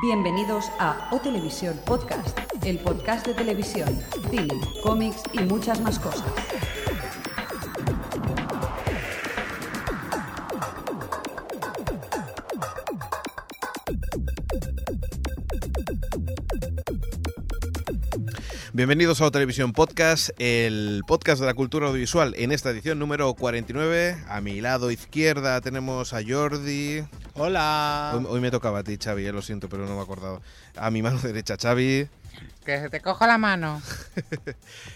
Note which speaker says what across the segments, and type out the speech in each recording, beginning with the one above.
Speaker 1: Bienvenidos a O Televisión Podcast, el podcast de televisión, cine, cómics y muchas más cosas.
Speaker 2: Bienvenidos a O Televisión Podcast, el podcast de la cultura audiovisual. En esta edición número 49, a mi lado izquierda tenemos a Jordi.
Speaker 3: Hola.
Speaker 2: Hoy, hoy me tocaba a ti, Xavi, eh, lo siento, pero no me he acordado. A mi mano derecha, Xavi.
Speaker 4: Que se te coja la mano.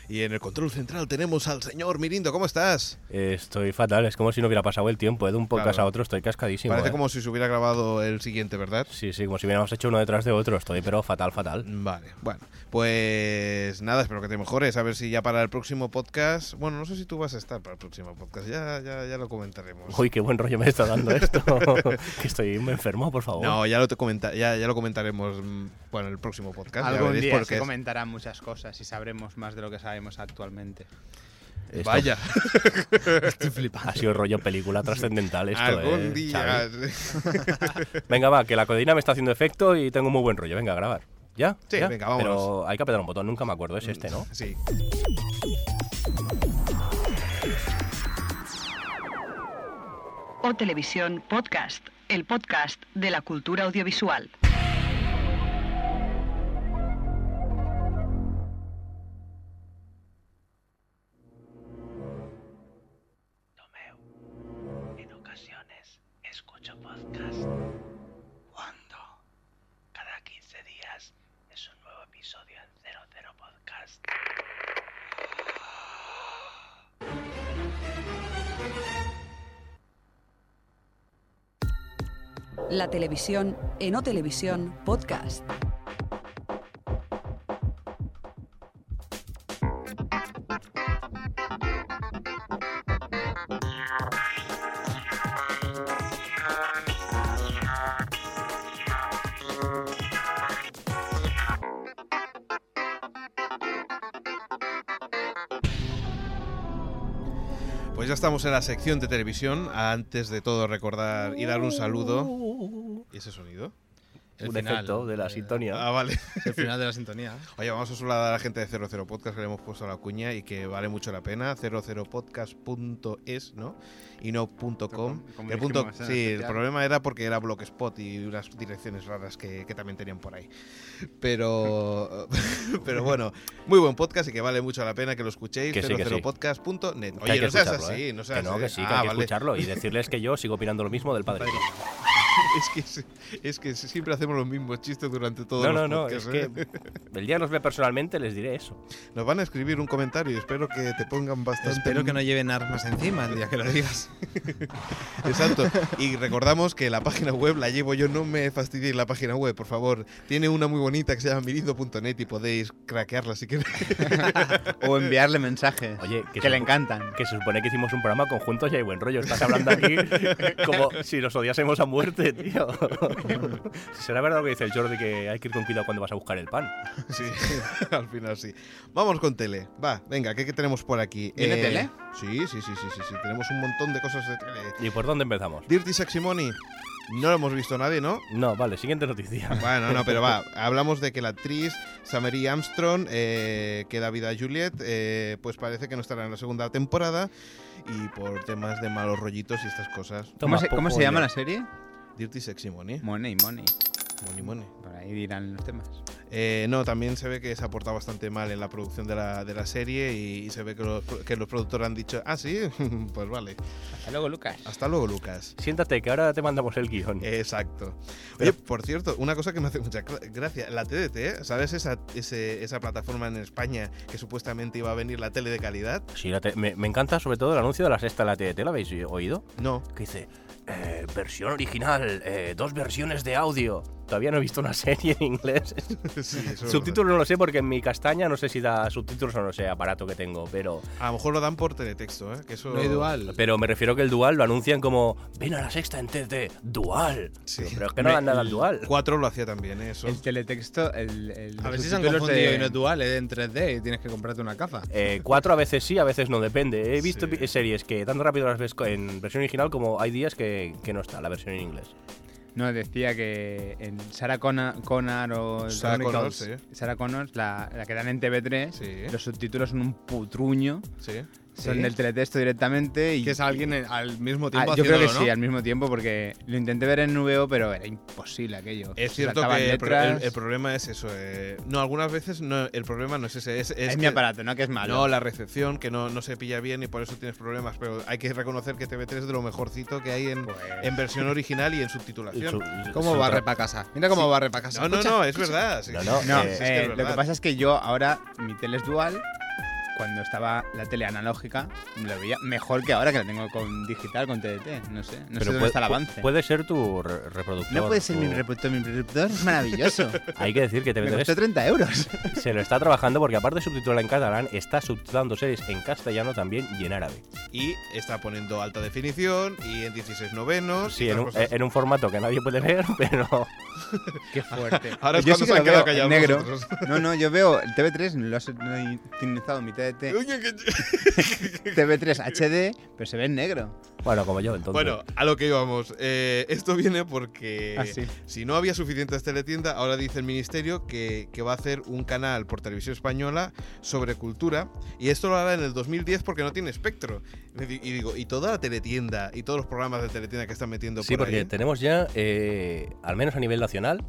Speaker 2: Y en el control central tenemos al señor Mirindo. ¿Cómo estás?
Speaker 5: Eh, Estoy fatal, es como si no hubiera pasado el tiempo, ¿eh? de un podcast
Speaker 2: Claro.
Speaker 5: a otro estoy cascadísimo.
Speaker 2: Parece
Speaker 5: ¿eh?
Speaker 2: como si se hubiera grabado el siguiente, ¿verdad?
Speaker 5: Sí, sí, como si hubiéramos hecho uno detrás de otro, estoy pero fatal, fatal.
Speaker 2: Vale, bueno, pues nada, espero que te mejores. A ver si ya para el próximo podcast. Bueno, no sé si tú vas a estar para el próximo podcast, ya, ya, ya lo comentaremos.
Speaker 5: Uy, qué buen rollo me está dando esto. que estoy enfermo, por favor.
Speaker 2: No, ya lo, te comenta ya, ya lo comentaremos mm, bueno, en el próximo podcast. ya
Speaker 3: Algún
Speaker 2: veréis
Speaker 3: día
Speaker 2: por qué
Speaker 3: se
Speaker 2: es.
Speaker 3: comentarán muchas cosas y sabremos más de lo que sabemos actualmente.
Speaker 5: Esto
Speaker 2: Vaya,
Speaker 5: Ha sido rollo película trascendental esto,
Speaker 2: algún
Speaker 5: eh,
Speaker 2: día.
Speaker 5: Xavi. Venga, va, que la codina me está haciendo efecto y tengo muy buen rollo. Venga, a grabar. ¿Ya?
Speaker 2: Sí,
Speaker 5: ¿Ya?
Speaker 2: venga, vámonos. Mm.
Speaker 5: Pero hay que apretar un botón, nunca me acuerdo, es este, ¿no?
Speaker 2: Sí.
Speaker 1: O Televisión Podcast, el podcast de la cultura audiovisual.
Speaker 6: Tomeu. En ocasiones escucho podcast. ¿Cuándo? Cada 15 días es un nuevo episodio en 00 Podcast.
Speaker 1: La televisión en O Televisión Podcast.
Speaker 2: Pues ya estamos en la sección de televisión. Antes de todo, recordar y dar un saludo. ¿Y ese sonido?
Speaker 3: El
Speaker 5: un
Speaker 3: final,
Speaker 5: efecto de la sintonía.
Speaker 2: Ah, vale.
Speaker 3: El final de la sintonía.
Speaker 2: Oye, vamos a saludar a la gente de 00 Podcast que le hemos puesto la cuña y que vale mucho la pena. 00podcast.es, ¿no? Y no punto .com.
Speaker 3: Como
Speaker 2: El punto,
Speaker 3: dijimos en
Speaker 2: sí, el
Speaker 3: especial.
Speaker 2: problema era porque era Blogspot y unas direcciones raras que, que también tenían por ahí. Pero, pero bueno, muy buen podcast y que vale mucho la pena que lo escuchéis.
Speaker 5: Que sí, que sí.
Speaker 2: 00podcast.net.
Speaker 5: Que
Speaker 2: Oye,
Speaker 5: hay que
Speaker 2: no seas
Speaker 5: escucharlo,
Speaker 2: así,
Speaker 5: ¿eh?
Speaker 2: no seas
Speaker 5: Que no, que
Speaker 2: así.
Speaker 5: sí, que
Speaker 2: Ah,
Speaker 5: hay que
Speaker 2: vale.
Speaker 5: escucharlo y decirles que yo sigo opinando lo mismo del padre.
Speaker 2: Es que, es- es que siempre hacemos los mismos chistes durante todo
Speaker 5: No,
Speaker 2: el
Speaker 5: no, no, es que el día que los vea personalmente les diré eso.
Speaker 2: ¿eh? Nos van a escribir un comentario y espero que te pongan bastante.
Speaker 3: Espero que no lleven armas encima el día que lo digas.
Speaker 2: Exacto. Y recordamos que la página web la llevo yo, no me fastidiéis la página web, por favor. Tiene una muy bonita que se llama mirindo.net y podéis craquearla si queréis.
Speaker 3: o enviarle mensajes.
Speaker 5: Oye,
Speaker 3: que,
Speaker 5: se
Speaker 3: le
Speaker 5: supo-
Speaker 3: encantan.
Speaker 5: Que se supone que hicimos un programa conjunto y hay buen rollo. Estás hablando aquí como si nos odiásemos a muerte, tío. ¿Será verdad lo que dice el Jordi que hay que ir con cuidado cuando vas a buscar el pan?
Speaker 2: Sí, al final sí. Vamos con tele. Va, venga, ¿qué, qué tenemos por aquí? Eh,
Speaker 3: ¿Viene tele?
Speaker 2: Sí, sí, sí, sí, sí, sí. Tenemos un montón de cosas de tele.
Speaker 5: ¿Y por dónde empezamos?
Speaker 2: Dirty Sexy Money. No lo hemos visto nadie, ¿no?
Speaker 5: No, vale, siguiente noticia.
Speaker 2: Bueno, no, pero va. Hablamos de que la actriz Samery Armstrong, eh, que da vida a Juliet, eh, pues parece que no estará en la segunda temporada y por temas de malos rollitos y estas cosas.
Speaker 3: ¿Cómo
Speaker 5: Toma,
Speaker 3: se,
Speaker 5: po-
Speaker 3: cómo se
Speaker 5: ponle.
Speaker 3: llama la serie?
Speaker 2: Dirty Sexy Money.
Speaker 3: Money, Money.
Speaker 2: Money Money.
Speaker 3: Por ahí dirán los temas.
Speaker 2: Eh, no, también se ve que se ha portado bastante mal en la producción de la, de la serie y, y se ve que los, que los productores han dicho, ah, sí, pues vale.
Speaker 3: Hasta luego, Lucas.
Speaker 2: Hasta luego, Lucas.
Speaker 5: Siéntate, que ahora te mandamos el guión.
Speaker 3: Eh.
Speaker 2: Exacto. Oye, por cierto, una cosa que me hace mucha cla- gracia, la TDT, ¿eh? ¿sabes esa, ese- esa plataforma en España que supuestamente iba a venir la tele de calidad?
Speaker 5: Sí, la te- me, me encanta sobre todo el anuncio de la sexta de la TDT, ¿la habéis oído?
Speaker 2: No.
Speaker 5: Que dice, eh, versión original, eh, dos versiones de audio. Todavía no he visto una serie en inglés.
Speaker 2: Sí, eso-
Speaker 5: Subtítulos no lo sé porque en mi castaña no sé si da subtítulos o no sé, aparato que tengo, pero...
Speaker 2: A lo mejor lo dan por teletexto, ¿eh? Que eso...
Speaker 5: Pero me refiero que el dual lo anuncian como ven a la sexta en TT, dual.
Speaker 2: Sí.
Speaker 5: Pero es que no dan nada al dual.
Speaker 2: Cuatro lo hacía también, ¿eh? Eso.
Speaker 7: El teletexto, el, el-
Speaker 3: A
Speaker 7: los
Speaker 3: ver si se han
Speaker 7: subtítulos
Speaker 3: confundido
Speaker 7: de-
Speaker 3: y no es dual,
Speaker 7: en 3D y tienes que comprarte una caza.
Speaker 5: Eh, cuatro a veces sí, a veces no, depende. He visto
Speaker 2: Sí.
Speaker 5: pi- series que tan rápido las ves co- en versión original como hay días que, que no está la versión en inglés.
Speaker 3: No, decía que en Sarah Connor, Connor o
Speaker 2: Sarah
Speaker 3: Chronicles,
Speaker 2: Connor,
Speaker 3: Sarah Connor, la, la que dan en TV3,
Speaker 2: Sí.
Speaker 3: los subtítulos son un putruño,
Speaker 2: Sí.
Speaker 3: son del teletexto directamente y
Speaker 7: Que es alguien en- al mismo
Speaker 3: Ah,
Speaker 7: tiempo
Speaker 3: yo creo que
Speaker 7: haciéndolo,
Speaker 3: sí,
Speaker 7: ¿no?
Speaker 3: al mismo tiempo, porque lo intenté ver en VO, pero era imposible aquello.
Speaker 2: Es
Speaker 3: Se
Speaker 2: cierto
Speaker 3: saltaban
Speaker 2: que el, pro-
Speaker 3: letras.
Speaker 2: el- el problema es eso. eh, no, algunas veces no, el problema no es ese. Es,
Speaker 3: es,
Speaker 2: es
Speaker 3: mi
Speaker 2: que-
Speaker 3: aparato, ¿no? Que es malo.
Speaker 2: No, la recepción, que no, no se pilla bien y por eso tienes problemas. Pero hay que reconocer que TV3 es de lo mejorcito que hay en,
Speaker 3: Pues,
Speaker 2: en versión original y en subtitulación.
Speaker 7: ¿Cómo barre para casa? Mira cómo barre para casa.
Speaker 2: No, no, no, es verdad. sí,
Speaker 5: No,
Speaker 2: sí,
Speaker 5: no,
Speaker 2: sí,
Speaker 3: No,
Speaker 2: sí,
Speaker 5: eh,
Speaker 2: es
Speaker 3: eh,
Speaker 2: que es
Speaker 3: lo que
Speaker 2: verdad.
Speaker 3: pasa es que yo ahora, mi tele es dual, cuando estaba la tele analógica, lo veía mejor que ahora que la tengo con digital, con TDT. No sé, no sé dónde está el avance.
Speaker 5: Puede ser tu re- reproductor.
Speaker 3: no puede ser
Speaker 5: tu-
Speaker 3: mi reproductor, mi reproductor es maravilloso.
Speaker 5: Hay que decir que
Speaker 3: Me costó
Speaker 5: TV3
Speaker 3: 30 euros.
Speaker 5: se lo está trabajando porque aparte de subtitular en catalán, está subtitulando series en castellano también y en árabe.
Speaker 2: Y está poniendo alta definición y en 16 novenos. y
Speaker 5: Sí, en
Speaker 2: otras
Speaker 5: un,
Speaker 3: eh,
Speaker 2: cosas.
Speaker 5: en un formato que nadie puede ver, pero
Speaker 3: Qué fuerte.
Speaker 2: Ahora es
Speaker 3: eh, Yo
Speaker 2: cuando
Speaker 3: sí
Speaker 2: se
Speaker 3: que
Speaker 2: han quedado
Speaker 3: lo veo en
Speaker 2: callados
Speaker 3: negro.
Speaker 2: vosotros.
Speaker 3: No, no, yo veo el TV3, lo has no he utilizado mi TDT,
Speaker 2: Oye, que-
Speaker 3: TV3 HD, pero se ve en negro.
Speaker 5: bueno, como yo entonces.
Speaker 2: Bueno, a lo que íbamos. Eh, esto viene porque
Speaker 3: Ah, sí.
Speaker 2: si no había suficientes teletiendas, ahora dice el ministerio que, que va a hacer un canal por televisión española sobre cultura. Y esto lo hará en el 2010 porque no tiene espectro. Me di- Y digo, y toda la teletienda y todos los programas de teletienda que están metiendo
Speaker 5: sí,
Speaker 2: por
Speaker 5: porque
Speaker 2: ahí?
Speaker 5: tenemos ya, eh, al menos a nivel nacional,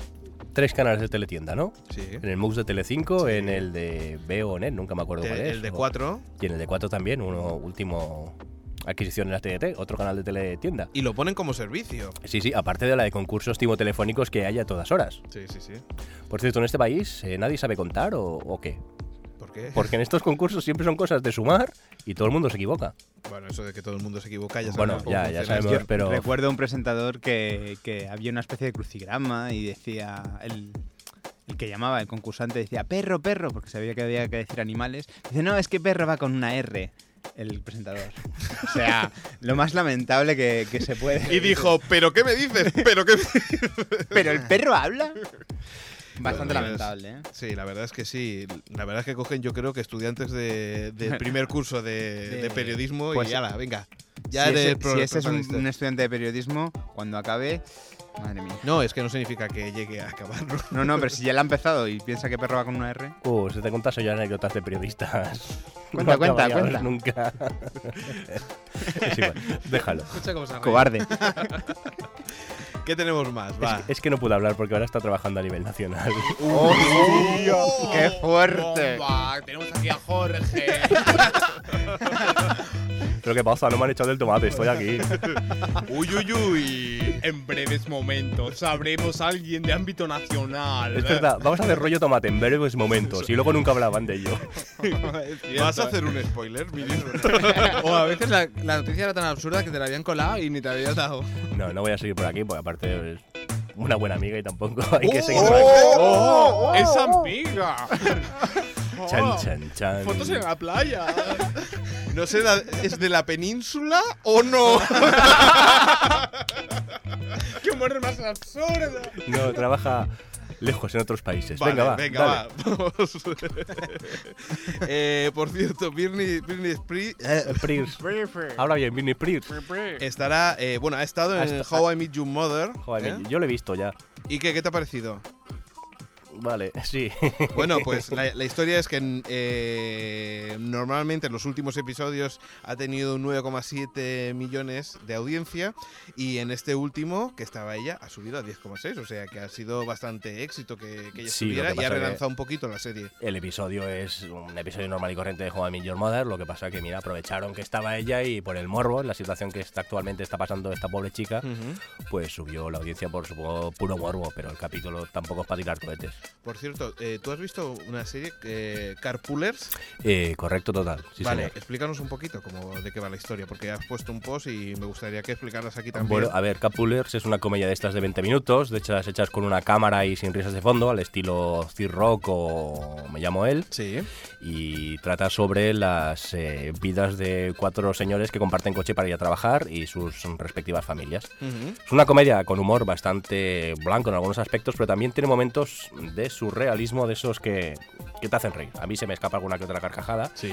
Speaker 5: tres canales de teletienda, ¿no?
Speaker 2: Sí.
Speaker 5: En el MUX de Telecinco, en el de BONet, nunca me acuerdo cuál
Speaker 2: Te-
Speaker 5: es.
Speaker 2: el de
Speaker 5: o-
Speaker 2: 4.
Speaker 5: Y en el de 4 también, uno último adquisición en la TDT, otro canal de teletienda.
Speaker 2: Y lo ponen como servicio.
Speaker 5: Sí, sí, aparte de la de concursos timo telefónicos que hay a todas horas.
Speaker 2: Sí, sí, sí.
Speaker 5: Por cierto, en este país eh, nadie sabe contar o, o qué.
Speaker 2: ¿Por qué?
Speaker 5: Porque en estos concursos siempre son cosas de sumar y todo el mundo se equivoca.
Speaker 2: Bueno, eso de que todo el mundo se equivoca ya
Speaker 5: Bueno,
Speaker 2: sabemos cómo
Speaker 5: ya, ya
Speaker 2: funciona
Speaker 5: sabemos,
Speaker 2: esto.
Speaker 5: pero
Speaker 3: Recuerdo un presentador que, que había una especie de crucigrama y decía el, el que llamaba, el concursante, decía perro, perro, porque sabía que había que decir animales. Dice, no, es que perro va con una R, el presentador. O sea, lo más lamentable que, que se puede.
Speaker 2: Y dijo, ¿pero qué me dices? ¿Pero qué me
Speaker 3: ¿pero el perro habla? Bastante
Speaker 2: Bueno, es-
Speaker 3: lamentable, ¿eh?
Speaker 2: Sí, la verdad es que sí. La verdad es que cogen, yo creo que estudiantes de, del primer curso de,
Speaker 3: De-
Speaker 2: de periodismo
Speaker 3: pues-
Speaker 2: y ala, venga. Ya
Speaker 3: si
Speaker 2: eres
Speaker 3: ese,
Speaker 2: pro-
Speaker 3: si ese es un,
Speaker 2: protagonista.
Speaker 3: un estudiante de periodismo, cuando acabe, madre mía.
Speaker 2: No, es que no significa que llegue a acabarlo.
Speaker 3: No, no, pero si ya la ha empezado y piensa que perro va con una R.
Speaker 5: Uh, se te contase ya anécdotas de periodistas.
Speaker 3: Cuenta, cuenta,
Speaker 5: acabaríamos
Speaker 3: cuenta.
Speaker 5: Nunca. Es igual, déjalo.
Speaker 7: Escucha cómo se ríe.
Speaker 3: Cobarde.
Speaker 2: ¿Qué tenemos más? Va.
Speaker 5: Es, es que no puedo hablar porque ahora está trabajando a nivel nacional.
Speaker 7: Uh.
Speaker 3: ¡Qué fuerte!
Speaker 7: Bomba, Tenemos aquí a Jorge.
Speaker 5: Pero qué pasa, no me han echado del tomate, estoy aquí.
Speaker 7: Uy, uy, uy. En breves momentos sabremos a alguien de ámbito nacional.
Speaker 5: Es verdad, vamos a hacer rollo tomate en breves momentos y luego nunca hablaban de ello.
Speaker 2: ¿Vas
Speaker 3: eh.
Speaker 2: a hacer un spoiler, Miriam?
Speaker 7: O a veces la, la noticia era tan absurda que te la habían colado y ni te habías dado.
Speaker 5: No, no voy a seguir por aquí porque aparte es una buena amiga y tampoco hay que seguir por aquí.
Speaker 7: ¡Oh! ¡Es amiga!
Speaker 5: Chan, chan, chan.
Speaker 7: ¡Fotos en la playa!
Speaker 2: No sé, la- ¿es de la península o no?
Speaker 7: ¡Qué humor más absurdo!
Speaker 5: No, trabaja lejos en otros países.
Speaker 2: Vale,
Speaker 5: venga, va. dale.
Speaker 2: va, vamos. Eh, por cierto, Britney, Britney Spears-
Speaker 5: Eh, Prince. Habla bien, Vinny Prince.
Speaker 2: estará, eh, bueno, ha estado
Speaker 5: Ha
Speaker 2: en
Speaker 5: esta-
Speaker 2: How I Meet Your Mother.
Speaker 5: Joder,
Speaker 2: ¿eh?
Speaker 5: yo lo he visto ya.
Speaker 2: ¿Y qué, qué te ha parecido?
Speaker 5: Vale, sí.
Speaker 2: Bueno, pues la, la historia es que eh, normalmente en los últimos episodios ha tenido un 9,7 millones de audiencia y en este último, que estaba ella, ha subido a 10,6. O sea que ha sido bastante éxito que, que ella
Speaker 5: Sí, lo
Speaker 2: estuviera y
Speaker 5: que
Speaker 2: ha
Speaker 5: pasa que-
Speaker 2: relanzado un poquito la serie.
Speaker 5: El episodio es un episodio normal y corriente de Joven Millor Mother. Lo que pasa que, mira, aprovecharon que estaba ella y por el morbo, en la situación que está actualmente está pasando esta pobre chica,
Speaker 2: Mm.
Speaker 5: pues subió la audiencia por supuesto puro morbo. Pero el capítulo tampoco es para tirar cohetes.
Speaker 2: Por cierto, eh, ¿tú has visto una serie, eh, Carpoolers?
Speaker 5: Eh, correcto, total. Sí,
Speaker 2: vale,
Speaker 5: señor.
Speaker 2: explícanos un poquito cómo, de qué va la historia, porque has puesto un post y me gustaría que explicaras aquí también.
Speaker 5: Bueno, a ver, Capulers es una comedia de estas de 20 minutos, de hechas, hechas con una cámara y sin risas de fondo, al estilo Third Rock o Me llamo él,
Speaker 2: Sí,
Speaker 5: y trata sobre las eh, vidas de cuatro señores que comparten coche para ir a trabajar y sus respectivas familias.
Speaker 2: Ujú.
Speaker 5: Es una comedia con humor bastante blanco en algunos aspectos, pero también tiene momentos de surrealismo de esos que, que te hacen reír. A mí se me escapa alguna que otra carcajada.
Speaker 2: sí.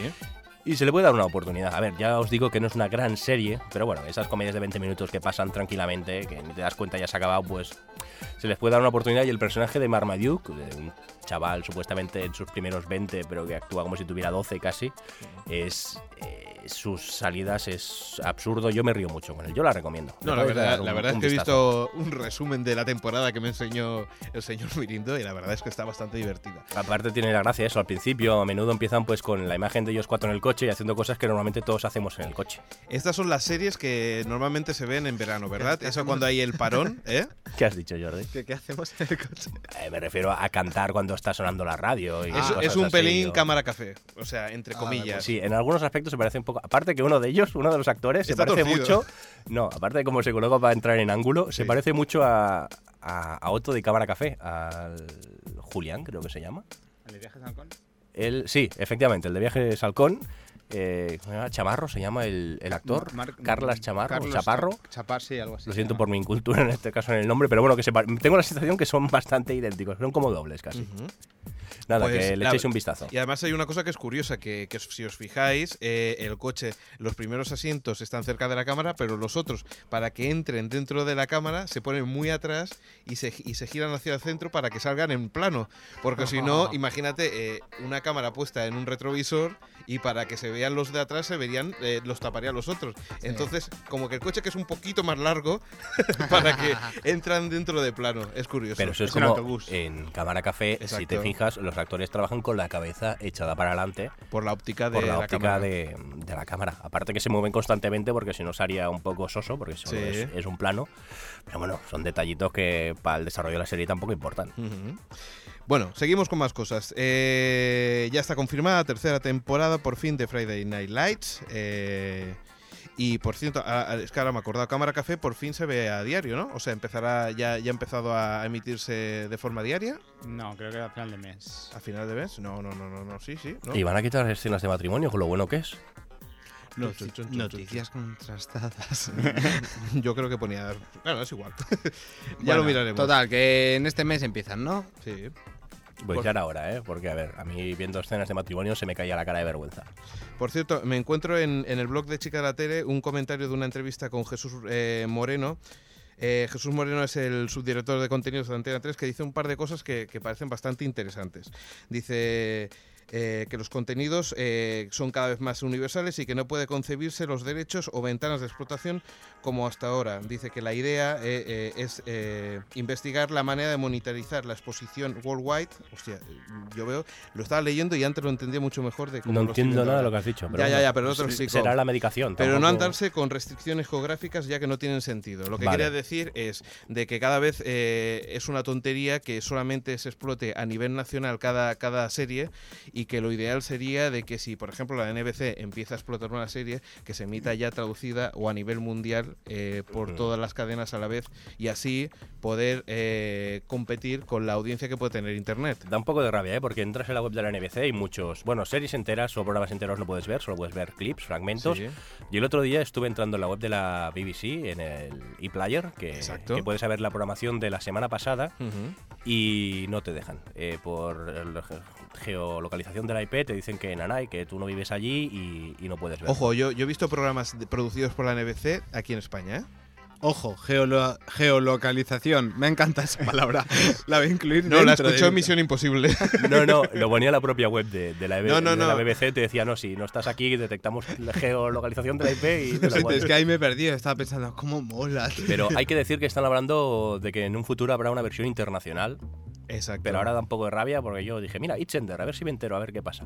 Speaker 5: Y se le puede dar una oportunidad. A ver, ya os digo que no es una gran serie, pero bueno, esas comedias de 20 minutos que pasan tranquilamente, que ni te das cuenta ya se ha acabado, pues se les puede dar una oportunidad. Y el personaje de Marmaduke, de un chaval supuestamente en sus primeros 20, pero que actúa como si tuviera 12 casi, es... eh, sus salidas es absurdo, yo me río mucho con él, yo la recomiendo.
Speaker 2: No,
Speaker 5: Le
Speaker 2: la
Speaker 5: podéis
Speaker 2: verdad,
Speaker 5: dar un-
Speaker 2: la verdad es
Speaker 5: un
Speaker 2: que he
Speaker 5: vistazo.
Speaker 2: visto un resumen de la temporada que me enseñó el señor Mirindo y la verdad es que está bastante divertida.
Speaker 5: Aparte tiene la gracia eso, al principio a menudo empiezan pues con la imagen de ellos cuatro en el coche y haciendo cosas que normalmente todos hacemos en el coche.
Speaker 2: Estas son las series que normalmente se ven en verano, ¿verdad? Eso cuando hay el parón, ¿eh?
Speaker 5: ¿Qué has dicho, Jordi?
Speaker 3: ¿Qué, qué hacemos en el coche?
Speaker 5: Eh, me refiero a cantar cuando está sonando la radio. Y
Speaker 2: Es-
Speaker 5: cosas
Speaker 2: es, un
Speaker 5: así,
Speaker 2: pelín
Speaker 5: o-
Speaker 2: cámara café, o sea, entre comillas.
Speaker 5: Sí, en algunos aspectos se parece un poco. Aparte que uno de ellos, uno de los actores,
Speaker 2: Está
Speaker 5: se parece
Speaker 2: torcido.
Speaker 5: mucho. No, aparte de cómo se coloca para entrar en ángulo, se
Speaker 2: Sí.
Speaker 5: parece mucho a, a, a Otto de Cámara Café, al Julián, creo que se llama.
Speaker 3: ¿Le viajes al
Speaker 5: Él, sí, efectivamente, el de Viajes Halcón. Eh, ¿cómo se llama? Chamarro se llama el, el actor. Carlas Chamarro,
Speaker 3: mm, Carlos
Speaker 5: Chaparro.
Speaker 3: Chap- Chapar, sí, algo así.
Speaker 5: Lo
Speaker 3: se
Speaker 5: siento
Speaker 3: llama.
Speaker 5: por mi incultura en este caso en el nombre, pero bueno, que se pa- tengo la sensación que son bastante idénticos, son como dobles casi. Nada,
Speaker 2: Pues,
Speaker 5: que le
Speaker 2: la-
Speaker 5: echéis un vistazo.
Speaker 2: Y además hay una cosa que es curiosa, que, que si os fijáis, eh, el coche, los primeros asientos están cerca de la cámara, pero los otros, para que entren dentro de la cámara, se ponen muy atrás y se, y se giran hacia el centro para que salgan en plano. Porque si no, imagínate eh, una cámara puesta en un retrovisor y para que se vean los de atrás, se verían, eh, los taparían los otros. Entonces, como que el coche que es un poquito más largo, para que entran dentro de plano. Es curioso.
Speaker 5: Pero eso es,
Speaker 3: Es un
Speaker 5: como eh,
Speaker 3: autobús.
Speaker 5: en Cámara Café, si te
Speaker 2: Exacto.
Speaker 5: fijas, los actores trabajan con la cabeza echada para adelante
Speaker 2: por la óptica de
Speaker 5: por la,
Speaker 2: la,
Speaker 5: óptica
Speaker 2: cámara.
Speaker 5: de, de la cámara. Aparte que se mueven constantemente porque si no sería un poco soso, porque solo
Speaker 2: Sí.
Speaker 5: es, es un plano. Pero bueno, son detallitos que para el desarrollo de la serie tampoco importan.
Speaker 2: Ujú. Bueno, seguimos con más cosas. Eh, ya está confirmada tercera temporada por fin de Friday Night Lights. eh, y por cierto, a- a- es que ahora me he acordado, Cámara Café por fin se ve a diario, ¿no? O sea, empezará ya, ya ha empezado a emitirse de forma diaria
Speaker 3: No, creo que era a final de mes.
Speaker 2: a final de mes. No, no, no, no, no, sí, sí. ¿no?
Speaker 5: Y van a quitar escenas de matrimonio, con lo bueno que es.
Speaker 2: No, chun, chun, chun,
Speaker 8: Noticias contrastadas.
Speaker 2: chun. Yo creo que ponía. Bueno, es igual. ya
Speaker 8: Bueno,
Speaker 2: lo miraremos.
Speaker 8: Total, que en este mes empiezan, ¿no?
Speaker 2: Sí.
Speaker 5: Pues
Speaker 2: Por-
Speaker 5: ya era hora, ¿eh? Porque, a ver, a mí viendo escenas de matrimonio se me caía la cara de vergüenza.
Speaker 2: Por cierto, me encuentro en, en el blog de Chica de la Tele un comentario de una entrevista con Jesús eh, Moreno. Eh, Jesús Moreno es el subdirector de contenidos de Antena 3 que dice un par de cosas que, que parecen bastante interesantes. Dice eh, que los contenidos eh, son cada vez más universales y que no puede concebirse los derechos o ventanas de explotación como hasta ahora. Dice que la idea eh, eh, es eh, investigar la manera de monetarizar la exposición worldwide. Hostia, yo veo, lo estaba leyendo y antes lo entendía mucho mejor de cómo
Speaker 5: No
Speaker 2: lo estoy
Speaker 5: entiendo
Speaker 2: viendo
Speaker 5: nada de
Speaker 2: ahora.
Speaker 5: lo que has dicho. Pero
Speaker 2: Ya, ya,
Speaker 5: bueno, pues
Speaker 2: ya, pero otro
Speaker 5: se-
Speaker 2: psico.
Speaker 5: Será la medicación.
Speaker 2: Pero no
Speaker 5: tampoco-
Speaker 2: andarse con restricciones geográficas ya que no tienen sentido. Lo que
Speaker 5: Vale.
Speaker 2: quería decir es de que cada vez eh, es una tontería que solamente se explote a nivel nacional cada, cada serie y que lo ideal sería de que si, por ejemplo, la NBC empieza a explotar una serie, que se emita ya traducida o a nivel mundial eh, por
Speaker 5: Ujú.
Speaker 2: todas las cadenas a la vez y así poder eh, competir con la audiencia que puede tener Internet.
Speaker 5: Da un poco de rabia, ¿eh? Porque entras en la web de la NBC y muchos, bueno, series enteras o programas enteros no puedes ver, solo puedes ver clips, fragmentos.
Speaker 2: Sí.
Speaker 5: Y el otro día estuve entrando en la web de la BBC, en el ePlayer, que,
Speaker 2: Exacto. Mm.
Speaker 5: que puedes saber la programación de la semana pasada
Speaker 2: Ujú.
Speaker 5: y no te dejan. Eh, por la ge- geolocalización de la IP te dicen que en Anay, que tú no vives allí y, y no puedes ver.
Speaker 2: Ojo, yo, yo he visto programas de- producidos por la NBC aquí en España, ¿eh?
Speaker 8: Ojo, geolo- geolocalización. Me encanta esa palabra. La voy a incluir.
Speaker 2: No, la
Speaker 8: dentro de
Speaker 2: escuchó en
Speaker 8: mi-
Speaker 2: Misión Imposible.
Speaker 5: No, no, lo ponía en la propia web de, de la, EB
Speaker 2: No, no,
Speaker 5: de
Speaker 2: no.
Speaker 5: la BBC, te decía, no, si no estás aquí, detectamos la geolocalización de la IP y...
Speaker 8: Lo
Speaker 5: te la
Speaker 8: siento, es
Speaker 5: guardas".
Speaker 8: que ahí me he perdido. Estaba pensando, ¿cómo mola? tío?
Speaker 5: Pero hay que decir que están hablando de que en un futuro habrá una versión internacional,
Speaker 2: Exacto.
Speaker 5: pero ahora da un poco de rabia porque yo dije, mira, Itchender, a ver si me entero, a ver qué pasa.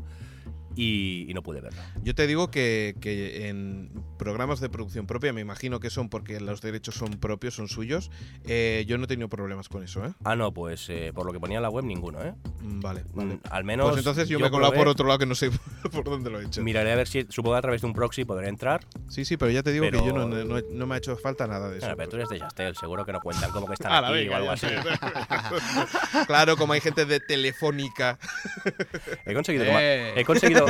Speaker 5: Y, y no pude verlo.
Speaker 2: Yo te digo que, que en programas de producción propia, me imagino que son porque los derechos son propios, son suyos, eh, yo no he tenido problemas con eso, ¿eh?
Speaker 5: Ah, no, pues eh, por lo que ponía en la web, ninguno, ¿eh?
Speaker 2: Mm, Vale, vale.
Speaker 5: Mm, Al menos.
Speaker 2: Pues entonces yo, me he colado
Speaker 5: probé,
Speaker 2: por otro lado que no sé por dónde lo he hecho.
Speaker 5: Miraré a ver si, supongo, a través de un proxy podré entrar.
Speaker 2: Sí, sí, pero ya te digo
Speaker 5: Pero-
Speaker 2: que yo no, no- no he- no me ha hecho falta nada de eso.
Speaker 5: Bueno, pero tú eres de Yastel, seguro que no cuentan como que están
Speaker 2: Ala,
Speaker 5: aquí
Speaker 2: venga,
Speaker 5: o algo
Speaker 2: ya
Speaker 5: así.
Speaker 2: sé. claro, como hay gente de telefónica.
Speaker 5: He conseguido, que ma-
Speaker 8: Eh.
Speaker 5: he, conseguido,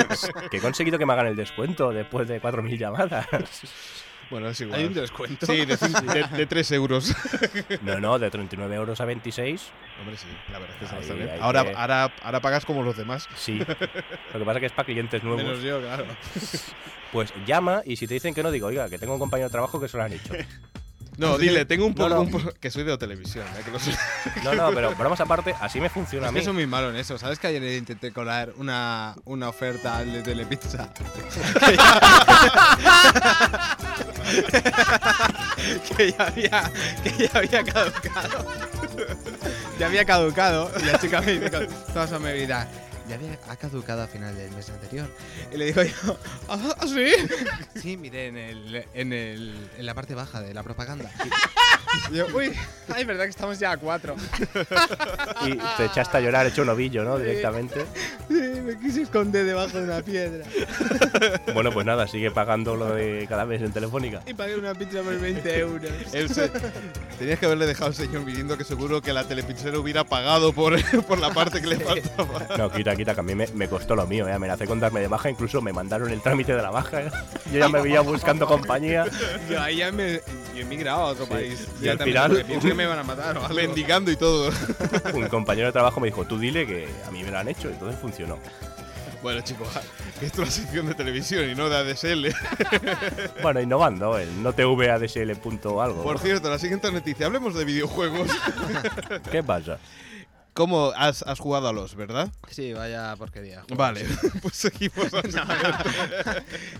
Speaker 5: que he conseguido que me hagan el descuento después de 4.000 llamadas.
Speaker 2: Bueno, es igual.
Speaker 9: Hay un descuento.
Speaker 2: Sí, de, cinco- de- de 3 euros.
Speaker 5: No, no, de 39 euros a 26.
Speaker 2: Hombre, sí, la verdad es que está
Speaker 5: Ahí
Speaker 2: bastante bien.
Speaker 5: hay
Speaker 2: Ahora,
Speaker 5: que-
Speaker 2: ahora, ahora pagas como los demás.
Speaker 5: Sí. Lo que pasa que es para clientes
Speaker 9: Menos
Speaker 5: nuevos.
Speaker 9: yo, claro.
Speaker 5: Pues llama y si te dicen que no, digo, oiga, que tengo un compañero de trabajo que se lo han hecho.
Speaker 2: No, dile, tengo un poco.
Speaker 5: No, no.
Speaker 2: un po- que soy de televisión, eh, que lo sé.
Speaker 5: No, no, pero bromas aparte, así me funciona a
Speaker 9: Es
Speaker 5: mí.
Speaker 9: que soy muy malo en eso. ¿Sabes que ayer intenté colar una, una oferta al de Telepizza? que, ya había, que ya había caducado. ya había caducado. Y la chica me dice con toda su amabilidad. Ya había, ha caducado a final del mes anterior. Y le digo yo, ¿ah, ah, sí? Sí, miré en, el, en, el, en la parte baja de la propaganda. Y yo, uy, ay, verdad que estamos ya a cuatro.
Speaker 5: Y te echaste a llorar hecho un ovillo, ¿no? Directamente.
Speaker 9: Sí, me quise esconder debajo de una piedra.
Speaker 5: Bueno, pues nada, sigue pagando lo de cada mes en Telefónica.
Speaker 9: Y pagué una pizza por 20 euros.
Speaker 2: Él se- Tenías que haberle dejado al señor viniendo que seguro que la telepinchera hubiera pagado por, por la parte que le faltaba.
Speaker 5: No, quita, quita, que a mí me, me costó lo mío, ¿eh? amenacé con darme de baja, incluso me mandaron el trámite de la baja. ¿eh? Yo ya me veía buscando compañía.
Speaker 9: Yo ahí ya me, yo he emigrado a otro
Speaker 5: Sí.
Speaker 9: país.
Speaker 5: Y
Speaker 9: Ya
Speaker 5: al
Speaker 9: también,
Speaker 5: final-
Speaker 9: porque pienso que me van a matar o algo.
Speaker 2: Mendigando y todo.
Speaker 5: Un compañero de trabajo me dijo, tú dile que a mí me lo han hecho, entonces funcionó.
Speaker 2: Bueno, chicos, que esto es una sección de televisión y no de ADSL.
Speaker 5: Bueno, innovando, el no TVADSL punto algo.
Speaker 2: Por cierto, la siguiente noticia, hablemos de videojuegos.
Speaker 5: ¿Qué pasa?
Speaker 2: ¿Cómo has, has jugado a los, verdad?
Speaker 9: Sí, vaya porquería. de juego.
Speaker 2: Vale, pues seguimos.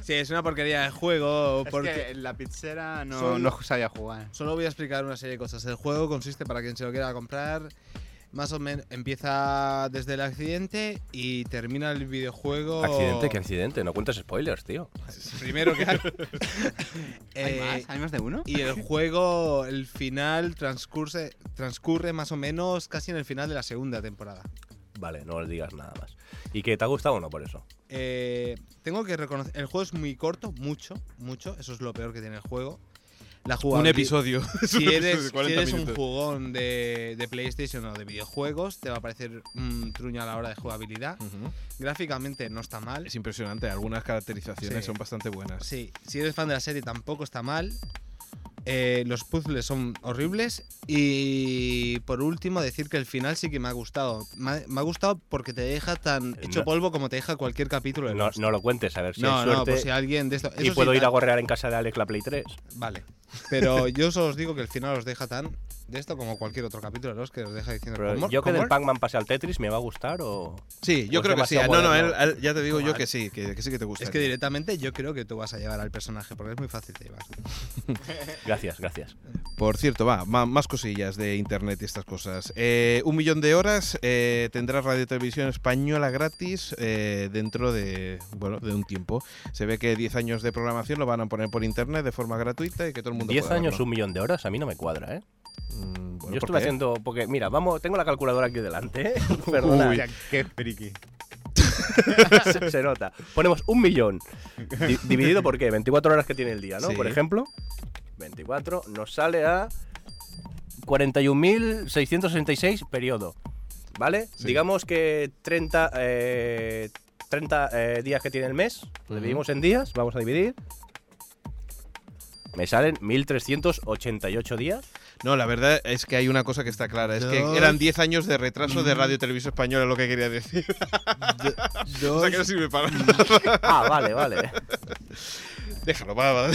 Speaker 9: Sí, es una porquería de juego. Porque
Speaker 3: en la pizzera no,
Speaker 9: Son-
Speaker 3: no sabía jugar.
Speaker 9: Solo voy a explicar una serie de cosas. El juego consiste, para quien se lo quiera comprar, más o menos empieza desde el accidente y termina el videojuego.
Speaker 5: Accidente, qué accidente, no cuentes spoilers, tío.
Speaker 9: Primero que hay. Eh,
Speaker 3: ¿Hay más de uno?
Speaker 9: Y el juego, el final, transcurre, transcurre más o menos casi en el final de la segunda temporada.
Speaker 5: Vale, no le digas nada más. ¿Y que te ha gustado o no por eso?
Speaker 9: Eh, tengo que reconocer, el juego es muy corto, mucho, mucho. Eso es lo peor que tiene el juego. La
Speaker 2: Un
Speaker 9: jugabili-
Speaker 2: episodio. Es un
Speaker 9: Si
Speaker 2: episodio
Speaker 9: eres,
Speaker 2: de
Speaker 9: si
Speaker 2: 40
Speaker 9: eres un
Speaker 2: minutos.
Speaker 9: jugón de, de PlayStation o de videojuegos, te va a parecer un truño a la hora de jugabilidad.
Speaker 2: Ujú.
Speaker 9: Gráficamente no está mal.
Speaker 2: Es impresionante, algunas caracterizaciones
Speaker 9: Sí.
Speaker 2: son bastante buenas.
Speaker 9: Sí, si eres fan de la serie tampoco está mal. Eh, los puzzles son horribles. Y por último, decir que el final sí que me ha gustado. Me ha, me ha gustado porque te deja tan hecho
Speaker 5: Eh, No.
Speaker 9: polvo como te deja cualquier capítulo. de
Speaker 5: No,
Speaker 9: Lost.
Speaker 5: no lo cuentes, a ver si
Speaker 9: pues- no,
Speaker 5: hay
Speaker 9: no,
Speaker 5: suerte.
Speaker 9: pues si alguien de esto.
Speaker 5: y
Speaker 9: eso
Speaker 5: puedo
Speaker 9: sí,
Speaker 5: ir a
Speaker 9: tan-
Speaker 5: gorrear en casa de Alex la Play 3.
Speaker 9: Vale. Pero yo solo os digo que el final os deja tan de esto como cualquier otro capítulo de los que os deja diciendo.
Speaker 5: Pero
Speaker 9: "¿Cómo-
Speaker 5: yo que del
Speaker 9: cómo?".
Speaker 5: Pac-Man pase al Tetris, ¿me va a gustar o...?
Speaker 2: Sí, yo
Speaker 5: O es
Speaker 2: creo que sí. Ah,
Speaker 5: demasiado
Speaker 2: No, Pues no,
Speaker 5: moderno.
Speaker 2: él- él- ya te digo yo que sí, que, que sí que te gusta.
Speaker 9: Es que directamente yo creo que tú vas a llevar al personaje porque es muy fácil de llevar.
Speaker 5: Gracias, gracias.
Speaker 2: Por cierto, va, ma- más cosillas de internet y estas cosas. Eh, un millón de horas eh, tendrás radio televisión española gratis eh, dentro de bueno de un tiempo. Se ve que 10 años de programación lo van a poner por internet de forma gratuita y que todo el mundo.
Speaker 5: 10
Speaker 2: pueda
Speaker 5: años,
Speaker 2: verlo.
Speaker 5: un millón de horas, a mí no me cuadra, ¿eh?
Speaker 2: Mm, bueno,
Speaker 5: Yo
Speaker 2: ¿por
Speaker 5: estuve
Speaker 2: qué?
Speaker 5: haciendo... Porque, mira, vamos, tengo la calculadora aquí delante. ¿eh? Perdona,
Speaker 3: Uy, qué friki.
Speaker 5: se, se nota. Ponemos un millón. Di- dividido por qué? 24 horas que tiene el día, ¿no?
Speaker 2: Sí.
Speaker 5: Por ejemplo, 24 nos sale a 41.666 periodo. ¿Vale?
Speaker 2: Sí.
Speaker 5: Digamos que 30, eh, 30 eh, días que tiene el mes, lo dividimos en días, vamos a dividir. Me salen 1.388 días.
Speaker 2: No, la verdad es que hay una cosa que está clara, es que
Speaker 9: Dos.
Speaker 2: eran 10 años de retraso de radio televisión española lo que quería decir. o sea que no sirve para nada.
Speaker 5: Ah, vale, vale.
Speaker 2: Déjalo, va, va.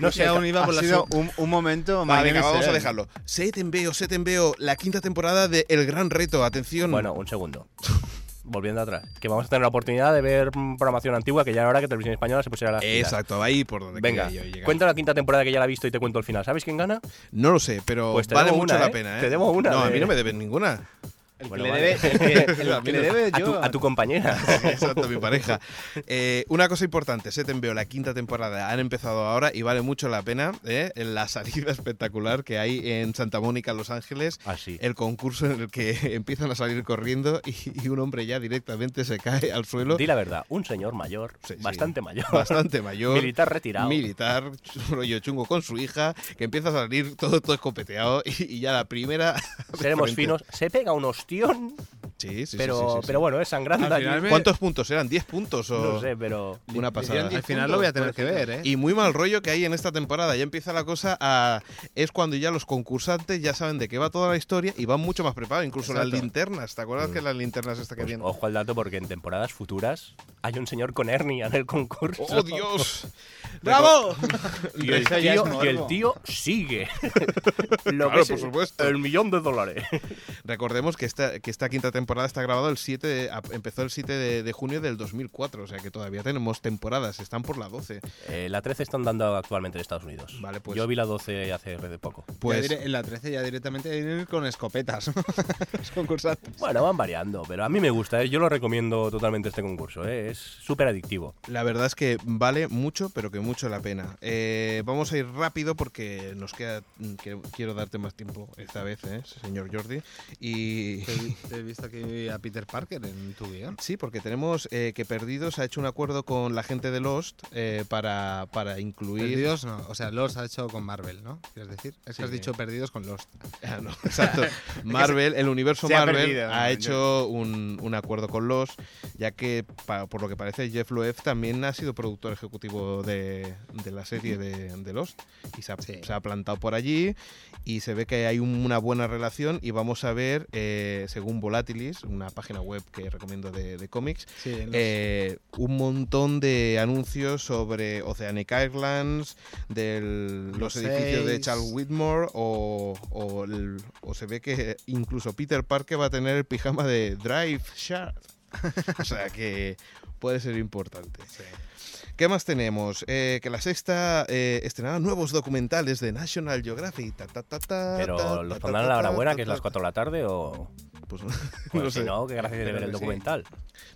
Speaker 5: No sé,
Speaker 9: aún iba
Speaker 3: Ha
Speaker 9: por la
Speaker 3: sido
Speaker 9: su-
Speaker 3: un, un momento.
Speaker 2: Va,
Speaker 3: my
Speaker 2: venga,
Speaker 3: name is
Speaker 2: vamos a
Speaker 3: Earl.
Speaker 2: dejarlo. Set en veo, set en veo, la quinta temporada de El Gran Reto, atención.
Speaker 5: Bueno, un segundo. Volviendo atrás. Que vamos a tener la oportunidad de ver mm, programación antigua, que ya era hora que Televisión Española se pusiera la
Speaker 2: Exacto, va ahí por donde
Speaker 5: Venga,
Speaker 2: quería yo llegar.
Speaker 5: cuenta la quinta temporada que ya la he visto y te cuento el final. ¿Sabes quién gana?
Speaker 2: No lo sé, pero
Speaker 5: Pues te
Speaker 2: vale
Speaker 5: debo
Speaker 2: mucho
Speaker 5: una,
Speaker 2: la
Speaker 5: ¿eh?
Speaker 2: pena. ¿eh?
Speaker 5: Te debo una
Speaker 2: No, a
Speaker 5: de-
Speaker 2: mí no me deben ninguna.
Speaker 3: El que
Speaker 5: Bueno,
Speaker 3: le
Speaker 5: vale.
Speaker 3: debe, el que- el que le debe
Speaker 5: a, tu,
Speaker 3: yo.
Speaker 5: a tu compañera.
Speaker 2: Exacto, mi pareja. Eh, una cosa importante, se te envió la quinta temporada, han empezado ahora y vale mucho la pena ¿eh? la salida espectacular que hay en Santa Mónica, Los Ángeles.
Speaker 5: Así.
Speaker 2: El concurso en el que empiezan a salir corriendo y, y un hombre ya directamente se cae al suelo.
Speaker 5: Di la verdad, un señor mayor,
Speaker 2: Sí, sí.
Speaker 5: bastante mayor,
Speaker 2: Bastante mayor.
Speaker 5: militar retirado.
Speaker 2: militar, rollo chungo con su hija, que empieza a salir todo, todo escopeteado y, y ya la primera...
Speaker 5: Seremos
Speaker 2: directamente.
Speaker 5: finos. Se pega un ostión
Speaker 2: Sí, sí,
Speaker 5: pero,
Speaker 2: sí, sí, sí, sí.
Speaker 5: pero bueno, es sangrando.
Speaker 7: Al final me-
Speaker 2: ¿Cuántos puntos eran? ¿10 puntos o
Speaker 5: No sé, pero.
Speaker 2: una pasada?
Speaker 8: Al final lo voy a tener que ver, ¿eh?
Speaker 2: Y muy mal rollo que hay en esta temporada. Ya empieza la cosa a. Es cuando ya los concursantes ya saben de qué va toda la historia y van mucho más preparados. Incluso las
Speaker 8: Exacto.
Speaker 2: linternas. ¿Te acuerdas que las linternas esta que
Speaker 5: Mm. Pues
Speaker 2: vienen?
Speaker 5: ojo al dato porque en temporadas futuras hay un señor con hernia en el concurso.
Speaker 2: ¡Oh, Dios!
Speaker 8: ¡Bravo!
Speaker 5: Y el,
Speaker 8: Eso ya es
Speaker 5: tío, y el
Speaker 8: morbo.
Speaker 5: tío sigue. Lo
Speaker 2: Claro,
Speaker 5: es
Speaker 2: por supuesto.
Speaker 5: El millón de dólares.
Speaker 2: Recordemos que esta, que esta quinta temporada está grabada el 7 de- a- empezó el 7 de, de junio del 2004, o sea que todavía tenemos temporadas, están por la 12.
Speaker 5: Eh, la 13 están dando actualmente en Estados Unidos.
Speaker 2: Vale, pues-
Speaker 5: Yo vi la 12 hace de poco.
Speaker 2: Pues
Speaker 8: en la 13 ya directamente hay que ir con escopetas. Los concursantes.
Speaker 5: Bueno, van variando, pero a mí me gusta. ¿eh? Yo lo recomiendo totalmente este concurso. ¿eh? Es súper adictivo.
Speaker 2: la verdad es que vale mucho, pero que mucho la pena. Eh, vamos a ir rápido porque nos queda mm, que- quiero darte más tiempo esta vez, ¿eh, señor Jordi. Y
Speaker 8: Te he visto aquí a Peter Parker en tu guión.
Speaker 2: Sí, porque tenemos eh, que Perdidos ha hecho un acuerdo con la gente de Lost eh, para, para incluir.
Speaker 8: Perdidos no, o sea, Lost ha hecho con Marvel, ¿no? ¿Quieres decir? Es que has dicho perdidos con Lost.
Speaker 2: Ah, no, exacto. Marvel, el universo
Speaker 3: se ha
Speaker 2: Marvel
Speaker 3: perdido,
Speaker 2: ha
Speaker 3: ¿no?
Speaker 2: hecho un, un acuerdo con los, ya que pa- por lo que parece Jeff Loeb también ha sido productor ejecutivo de, de la serie de, de Lost y se ha,
Speaker 8: Sí.
Speaker 2: se ha plantado por allí y se ve que hay un- una buena relación y vamos a ver, eh, según Volatilis, una página web que recomiendo de, de cómics,
Speaker 8: Sí, en Lost.
Speaker 2: eh, un montón de anuncios sobre Oceanic Islands, de los
Speaker 8: Los
Speaker 2: edificios de
Speaker 8: seis.
Speaker 2: Charles Whitmore, o, o el- o se ve que incluso Peter Parker va a tener el pijama de Drive Shark. o sea que puede ser importante. ¿Qué más tenemos? Eh, que la sexta eh, estrenará nuevos documentales de National Geographic. ta, ta, ta, ta, ta,
Speaker 5: Pero los
Speaker 2: ta,
Speaker 5: pondrán
Speaker 2: ta,
Speaker 5: a la
Speaker 2: ta,
Speaker 5: hora buena,
Speaker 2: ta,
Speaker 5: que es
Speaker 2: ta,
Speaker 5: las 4 de la tarde, o.
Speaker 2: Pues,
Speaker 5: Pues
Speaker 2: no
Speaker 5: si
Speaker 2: sé.
Speaker 5: no, que gracias de ver el
Speaker 2: Sí.
Speaker 5: documental.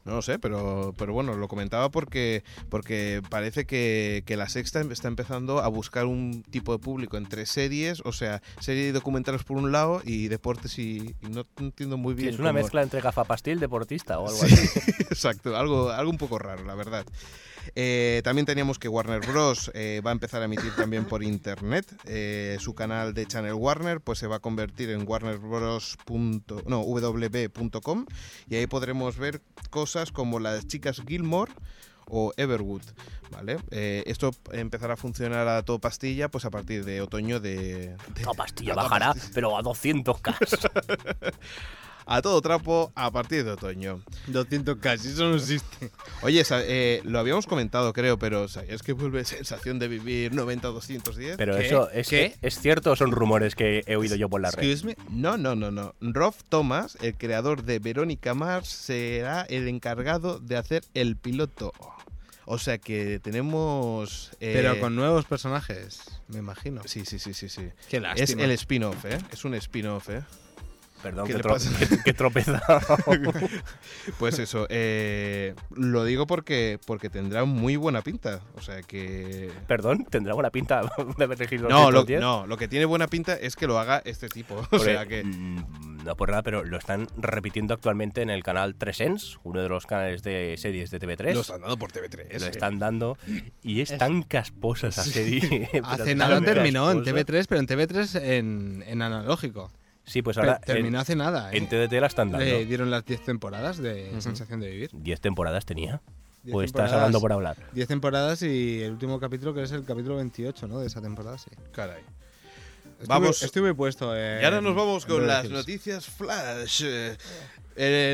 Speaker 2: No lo sé, pero, pero bueno, lo comentaba porque, porque parece que, que la sexta em- está empezando a buscar un tipo de público entre series, o sea, serie y documentales por un lado y deportes y, y no entiendo muy
Speaker 5: Sí,
Speaker 2: bien.
Speaker 5: es una
Speaker 2: cómo-
Speaker 5: mezcla entre gafapastil, deportista o algo
Speaker 2: Sí,
Speaker 5: así.
Speaker 2: exacto, algo, algo un poco raro, la verdad. Eh, también teníamos que Warner Bros. eh, va a empezar a emitir también por internet. Eh, su canal de Channel Warner pues se va a convertir en warnerbros. punto- No, wb.com y ahí podremos ver cosas como las chicas Gilmore o Everwood, ¿vale? Eh, esto empezará a funcionar a todo pastilla pues a partir de otoño de... de-
Speaker 5: La pastilla
Speaker 2: a toda
Speaker 5: bajará,
Speaker 2: pastilla.
Speaker 5: pero a 200 k
Speaker 2: A todo trapo a partir de otoño.
Speaker 8: 200 casi, eso no existe.
Speaker 2: Oye, sa- eh, lo habíamos comentado, creo, pero ¿sabías que vuelve sensación de vivir 90-210?
Speaker 5: Pero
Speaker 8: ¿Qué?
Speaker 5: eso es,
Speaker 8: ¿Qué?
Speaker 5: es cierto o son rumores que he oído yo por la red.
Speaker 8: Excuse me.
Speaker 2: No, no, no, no. Rob Thomas, el creador de Verónica Mars, será el encargado de hacer el piloto. O sea que tenemos. eh,
Speaker 8: Pero con nuevos personajes, me imagino.
Speaker 2: Sí, sí, sí, sí. sí.
Speaker 8: Qué
Speaker 2: Es
Speaker 8: lástima.
Speaker 2: el spin-off, ¿eh? Es un spin-off, ¿eh?
Speaker 5: Perdón,
Speaker 2: ¿Qué
Speaker 5: que,
Speaker 2: le
Speaker 5: tro-
Speaker 2: pasa?
Speaker 5: que- que he tropezado.
Speaker 2: Pues eso, eh, lo digo porque, porque tendrá muy buena pinta. O sea que.
Speaker 5: Perdón, tendrá buena pinta de haber elegido
Speaker 2: No lo,
Speaker 5: 210?
Speaker 2: no, lo que tiene buena pinta es que lo haga este tipo. O
Speaker 5: Porque,
Speaker 2: sea que.
Speaker 5: mm, No por nada, pero lo están repitiendo actualmente en el canal 3ens, uno de los canales de series de TV3.
Speaker 2: Lo están dando por TV3.
Speaker 5: Lo
Speaker 2: ¿eh?
Speaker 5: están dando y es, tan casposa esa serie. pero
Speaker 8: Hace
Speaker 5: tan
Speaker 8: nada terminó en
Speaker 5: casposa.
Speaker 8: TV3, pero en TV3 en, en analógico.
Speaker 5: Sí, pues
Speaker 8: Pero
Speaker 5: ahora
Speaker 8: terminó
Speaker 5: en,
Speaker 8: hace nada. ¿eh?
Speaker 5: en TDT la están dando.
Speaker 8: Le dieron las 10 temporadas de Sensación de Vivir.
Speaker 5: 10 temporadas tenía.
Speaker 8: Diez
Speaker 5: Pues estás
Speaker 8: temporadas.
Speaker 5: hablando por hablar.
Speaker 8: 10 temporadas y el último capítulo que es el capítulo 28, ¿no? De esa temporada, sí.
Speaker 2: Caray.
Speaker 8: Estuve-
Speaker 2: Vamos.
Speaker 8: Estoy muy puesto. eh,
Speaker 2: Y ahora nos vamos
Speaker 8: en
Speaker 2: con
Speaker 8: Beverly
Speaker 2: las
Speaker 8: Hills.
Speaker 2: noticias Flash. Eh,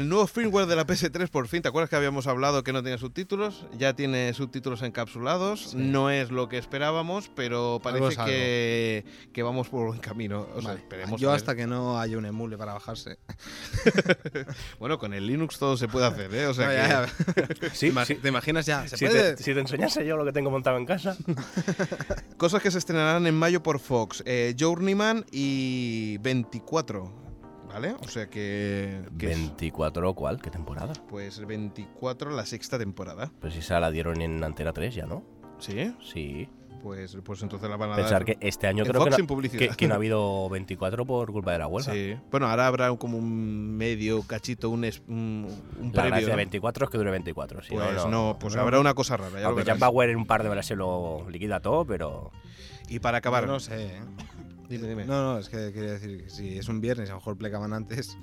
Speaker 2: El nuevo firmware de la PS3 por fin, ¿te acuerdas que habíamos hablado que no tenía subtítulos? Ya tiene subtítulos encapsulados, no es lo que esperábamos, pero parece
Speaker 8: es algo.
Speaker 2: que, que vamos por buen camino. O sea,
Speaker 8: Vale.
Speaker 2: esperemos
Speaker 8: Yo
Speaker 2: a ver.
Speaker 8: hasta que no haya un emule para bajarse.
Speaker 2: Bueno, con el Linux todo se puede hacer, ¿eh? O sea
Speaker 8: No,
Speaker 2: que...
Speaker 8: ya, ya.
Speaker 5: Sí,
Speaker 8: Ima-
Speaker 5: sí.
Speaker 8: ¿Te imaginas ya? ¿Se
Speaker 5: Si
Speaker 8: puede?
Speaker 5: te, si te enseñase yo lo que tengo montado en casa.
Speaker 2: Cosas que se estrenarán en mayo por Fox, eh, Journeyman y 24, ¿vale? O sea que... que es,
Speaker 5: 24 o cuál, qué temporada.
Speaker 2: pues 24, la sexta temporada.
Speaker 5: Pues esa la dieron en Antena 3 ya, ¿no?
Speaker 2: ¿Sí?
Speaker 5: Sí.
Speaker 2: Pues, pues entonces la van a
Speaker 5: Pensar
Speaker 2: dar...
Speaker 5: que este año
Speaker 2: en
Speaker 5: creo
Speaker 2: Fox
Speaker 5: que no,
Speaker 2: sin publicidad.
Speaker 5: que- que no ha habido 24 por culpa de la huelga.
Speaker 2: Sí. Bueno, ahora habrá un- como un medio cachito, un, es- un, un
Speaker 5: La
Speaker 2: previo.
Speaker 5: gracia de
Speaker 2: ¿no?
Speaker 5: 24 es que dure 24. Si
Speaker 2: Pues
Speaker 5: no,
Speaker 2: no,
Speaker 5: no.
Speaker 2: pues habrá una cosa rara. ya lo
Speaker 5: Aunque
Speaker 2: verás.
Speaker 5: Jack Bauer en un par de horas se lo liquida todo, pero.
Speaker 2: Y para acabar,
Speaker 8: No sé. ¿eh?
Speaker 2: Dime, dime.
Speaker 8: No, no, es que quería decir que si es un viernes, a lo mejor plecaban antes.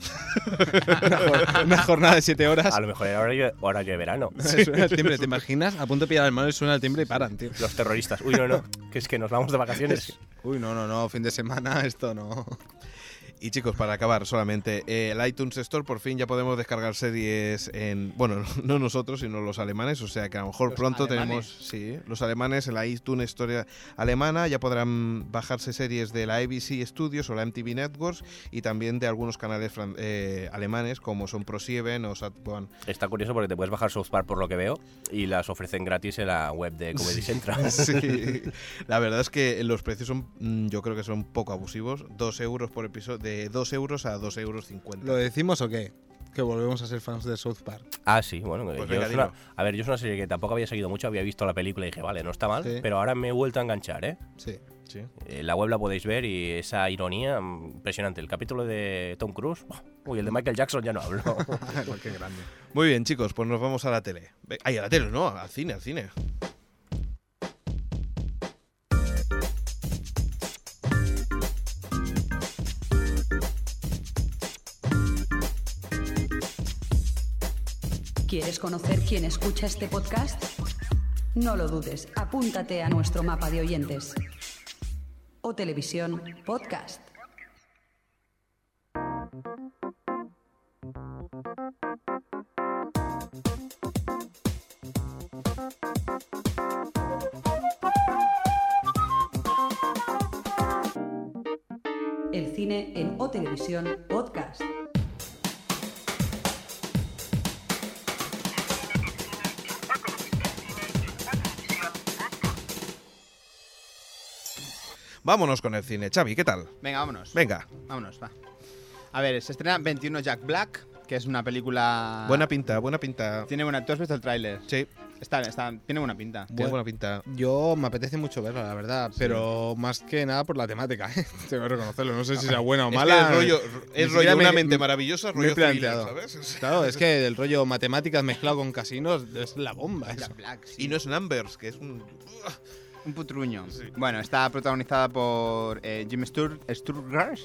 Speaker 8: una, jor- una jornada de 7 horas.
Speaker 5: A lo mejor era horario, horario de verano.
Speaker 8: Suena el timbre, ¿te imaginas? A punto de pillar al mano y suena el timbre y paran, tío.
Speaker 5: Los terroristas. Uy, no, no. Que es que nos vamos de vacaciones.
Speaker 8: Uy, no, no, no, fin de semana, esto no.
Speaker 2: Y chicos, para acabar solamente, eh, el iTunes Store por fin ya podemos descargar series en, bueno, no nosotros, sino los alemanes, o sea que a lo mejor pronto tenemos, sí, los alemanes en la iTunes Store alemana ya podrán bajarse series de la ABC Studios o la MTV Networks y también de algunos canales fran- eh, alemanes como son ProSieben o Sat1.
Speaker 5: Está curioso porque te puedes bajar South Park por lo que veo y las ofrecen gratis en la web de Comedy Central.
Speaker 2: Pues Sí, la verdad es que los precios son, mm, yo creo que son poco abusivos, 2 euros por episodio, de 2 euros a 2,50 euros.
Speaker 8: ¿Lo decimos o qué? Que volvemos a ser fans de South Park.
Speaker 5: Ah, sí, bueno. que
Speaker 2: Pues
Speaker 5: yo
Speaker 2: venga,
Speaker 5: es una-
Speaker 2: dilo.
Speaker 5: a ver, yo es una serie que tampoco había seguido mucho, había visto la película y dije, vale, no está mal,
Speaker 8: Sí.
Speaker 5: pero ahora me he vuelto a enganchar, ¿eh?
Speaker 8: Sí.
Speaker 2: Sí.
Speaker 5: Eh, La web la podéis ver y esa ironía mm, impresionante. El capítulo de Tom Cruise, uy, el de Michael Jackson ya no hablo.
Speaker 8: qué grande.
Speaker 2: Muy bien, chicos, pues nos vamos a la tele. Ve- Ay, a la tele, no, al cine, al cine.
Speaker 1: ¿Quieres conocer quién escucha este podcast? No lo dudes, apúntate a nuestro mapa de oyentes. O Televisión Podcast. El cine en O Televisión Podcast.
Speaker 2: Vámonos con el cine. Xavi, ¿qué tal?
Speaker 3: Venga, vámonos.
Speaker 2: Venga,
Speaker 3: Vámonos, va. A ver, se estrena 21 Jack Black, que es una
Speaker 8: Ah.
Speaker 3: película.
Speaker 2: buena pinta, buena pinta.
Speaker 3: Tiene buena. ¿Tú has visto el tráiler?
Speaker 2: Sí,
Speaker 3: Está, está, tiene buena pinta.
Speaker 2: tiene buena pinta.
Speaker 8: Yo me apetece mucho verla, la verdad, pero más que nada por la temática, ¿eh? Tengo que reconocerlo. No sé si sea buena o
Speaker 2: Es que
Speaker 8: mala.
Speaker 2: es rollo,
Speaker 8: ni
Speaker 2: es rollo
Speaker 8: siquiera
Speaker 2: una
Speaker 8: me-
Speaker 2: mente
Speaker 8: me-
Speaker 2: maravillosa,
Speaker 8: me he
Speaker 2: rollo thriller,
Speaker 8: planteado.
Speaker 2: ¿sabes?
Speaker 8: Claro, es que el rollo matemáticas mezclado con casinos es la bomba. eso.
Speaker 3: Jack Black, sí.
Speaker 2: Y no es Numbers, que es un...
Speaker 3: Un putruño. Bueno, está protagonizada por eh, Jim Stur Sturgars,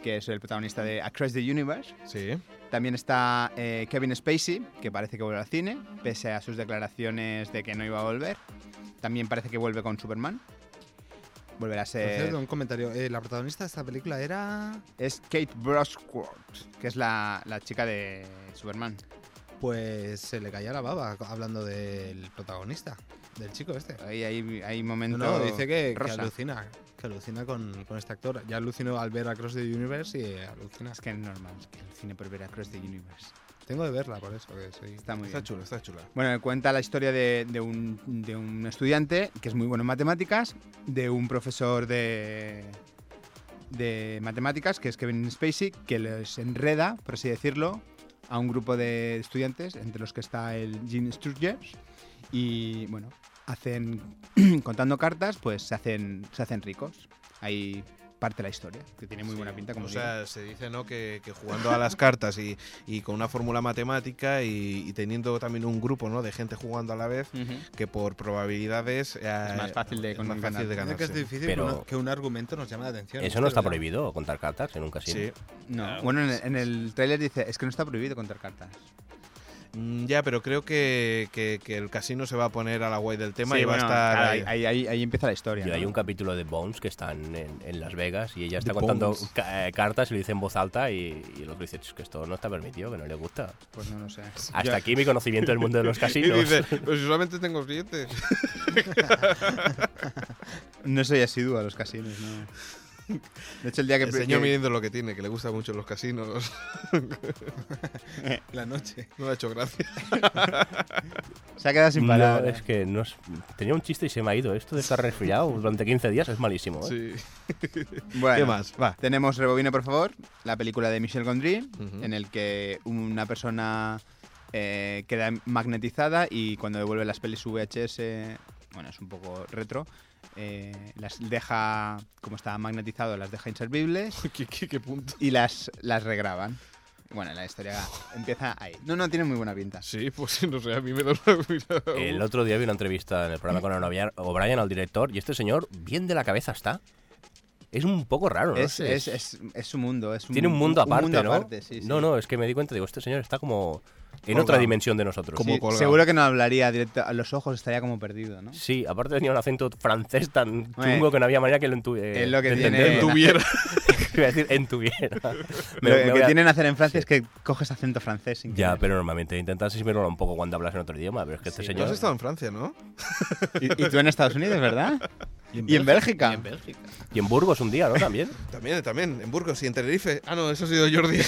Speaker 3: que es el protagonista de Across the Universe.
Speaker 2: Sí.
Speaker 3: También está eh, Kevin Spacey, que parece que vuelve al cine, pese a sus declaraciones de que no iba a volver. También parece que vuelve con Superman. Volverá a
Speaker 8: Por
Speaker 3: ser...
Speaker 8: cierto, un comentario. Eh, la protagonista de esta película era.
Speaker 3: Es Kate Bosworth, que es la, la chica de Superman.
Speaker 8: Pues se le caía la baba co- hablando del protagonista, del chico este.
Speaker 5: Eh,
Speaker 3: Ahí hay, hay
Speaker 8: No,
Speaker 3: momentos...
Speaker 8: no, dice que, que
Speaker 3: rosa.
Speaker 8: alucina, que alucina con, con este actor. Ya alucinó al ver a Cross the Universe y eh, alucina.
Speaker 3: Es que es normal, es que el cine por ver Across the Universe.
Speaker 8: Tengo de verla por eso, que soy.
Speaker 3: Está muy bien.
Speaker 2: chula, está chula.
Speaker 3: Bueno, cuenta la historia de, de un, de un estudiante que es muy bueno en matemáticas, de un profesor de, de matemáticas, que es Kevin Spacey, que les enreda, por así decirlo, a un grupo de estudiantes, entre los que está el Jim Sturgess, y bueno, hacen, contando cartas, pues se hacen, se hacen ricos. Ahí parte la historia, que tiene muy buena pinta, como
Speaker 2: o
Speaker 3: digo.
Speaker 2: sea, se dice ¿no? que, que jugando a las cartas y, y con una fórmula matemática y, y teniendo también un grupo ¿no? de gente jugando a la vez,
Speaker 3: Ujú.
Speaker 8: Mm.
Speaker 2: que por probabilidades eh,
Speaker 3: más fácil de
Speaker 2: es más
Speaker 3: ganar.
Speaker 2: fácil de
Speaker 8: Dice
Speaker 2: ganar.
Speaker 8: que es
Speaker 2: sí.
Speaker 8: difícil
Speaker 5: Pero-
Speaker 8: que un- que un argumento nos llame la atención.
Speaker 5: Eso no está
Speaker 8: Pero-
Speaker 5: prohibido, contar cartas en un
Speaker 2: Ah,
Speaker 5: casino.
Speaker 2: Sí.
Speaker 3: No,
Speaker 7: Claro,
Speaker 3: bueno, en el, en el tráiler dice, es que no está prohibido contar cartas.
Speaker 2: Mm, Ya, pero creo que, que- que el casino se va a poner a la guay del tema
Speaker 3: Sí,
Speaker 2: y va
Speaker 3: bueno,
Speaker 2: a estar
Speaker 3: claro,
Speaker 2: ahí.
Speaker 3: Ahí, ahí- ahí empieza la historia.
Speaker 5: Y
Speaker 3: ¿no?
Speaker 5: hay un capítulo de Bones que están en, en Las Vegas y ella está
Speaker 8: The
Speaker 5: contando
Speaker 8: Bones.
Speaker 5: ca- eh, cartas y lo dice en voz alta y, y el otro dice "Es que esto no está permitido, que no le gusta.
Speaker 3: Pues no lo sé.
Speaker 5: Hasta aquí mi conocimiento del mundo de los
Speaker 2: Y
Speaker 5: casinos.
Speaker 2: dice, pues si solamente tengo billetes.
Speaker 3: No soy asiduo a los casinos, no. De hecho, el día que...
Speaker 2: El señor midiendo lo que tiene, que le gusta mucho los casinos.
Speaker 8: La noche.
Speaker 2: No le ha hecho gracia.
Speaker 3: Se ha quedado sin
Speaker 5: No,
Speaker 3: parar.
Speaker 5: es que no es- tenía un chiste y se me ha ido. Esto de estar resfriado durante 15 días es malísimo. ¿eh?
Speaker 2: Sí.
Speaker 3: Bueno,
Speaker 2: ¿Qué más? Va.
Speaker 3: Tenemos Rebobina, por favor, la película de Michel Gondry,
Speaker 2: Ujú.
Speaker 3: en el que una persona eh, queda magnetizada y cuando devuelve las pelis VHS, bueno, es un poco retro, eh, las deja, como está magnetizado, las deja inservibles
Speaker 2: ¿Qué, qué- qué punto?
Speaker 3: y las, las regraban. Bueno, la historia empieza ahí. No, no, tiene muy buena pinta.
Speaker 2: Sí, pues no sé, a mí me da una mirada.
Speaker 5: El otro día vi una entrevista en el programa con Conan O'Brien, al director, y este señor bien de la cabeza está. Es un poco raro, ¿no?
Speaker 3: Es,
Speaker 5: sé.
Speaker 3: es, es, es su mundo. Es un,
Speaker 5: Tiene un mundo aparte,
Speaker 3: mundo
Speaker 5: ¿no?
Speaker 3: aparte, sí, sí.
Speaker 5: No, no, es que me di cuenta, digo, este señor está como en
Speaker 2: Colgado.
Speaker 5: otra dimensión de nosotros.
Speaker 2: Como
Speaker 3: Sí,
Speaker 2: colgado.
Speaker 3: seguro que no hablaría directo a los ojos, estaría como perdido, ¿no?
Speaker 5: Sí, aparte tenía un acento francés tan
Speaker 3: Hombre,
Speaker 5: chungo que no había manera que lo eh, entuviera.
Speaker 3: es lo que tiene-
Speaker 2: Tuviera.
Speaker 5: Iba a decir entuviera. Me-
Speaker 3: lo
Speaker 5: me
Speaker 3: que
Speaker 5: voy a-
Speaker 3: tienen hacer en Francia es que coges acento francés. sin
Speaker 5: Ya,
Speaker 3: querer.
Speaker 5: pero normalmente intentas disimularlo un poco cuando hablas en otro idioma, pero es que este
Speaker 2: Tú
Speaker 5: señor...
Speaker 2: has
Speaker 3: pues
Speaker 2: estado en Francia, ¿no?
Speaker 3: Y, y tú en Estados Unidos, ¿verdad?
Speaker 8: Y en Bélgica.
Speaker 9: Y en Bélgica.
Speaker 5: Y en Burgos un día, ¿no? También.
Speaker 2: También, también, en Burgos y en Tenerife. Ah, no, eso ha sido Jordi.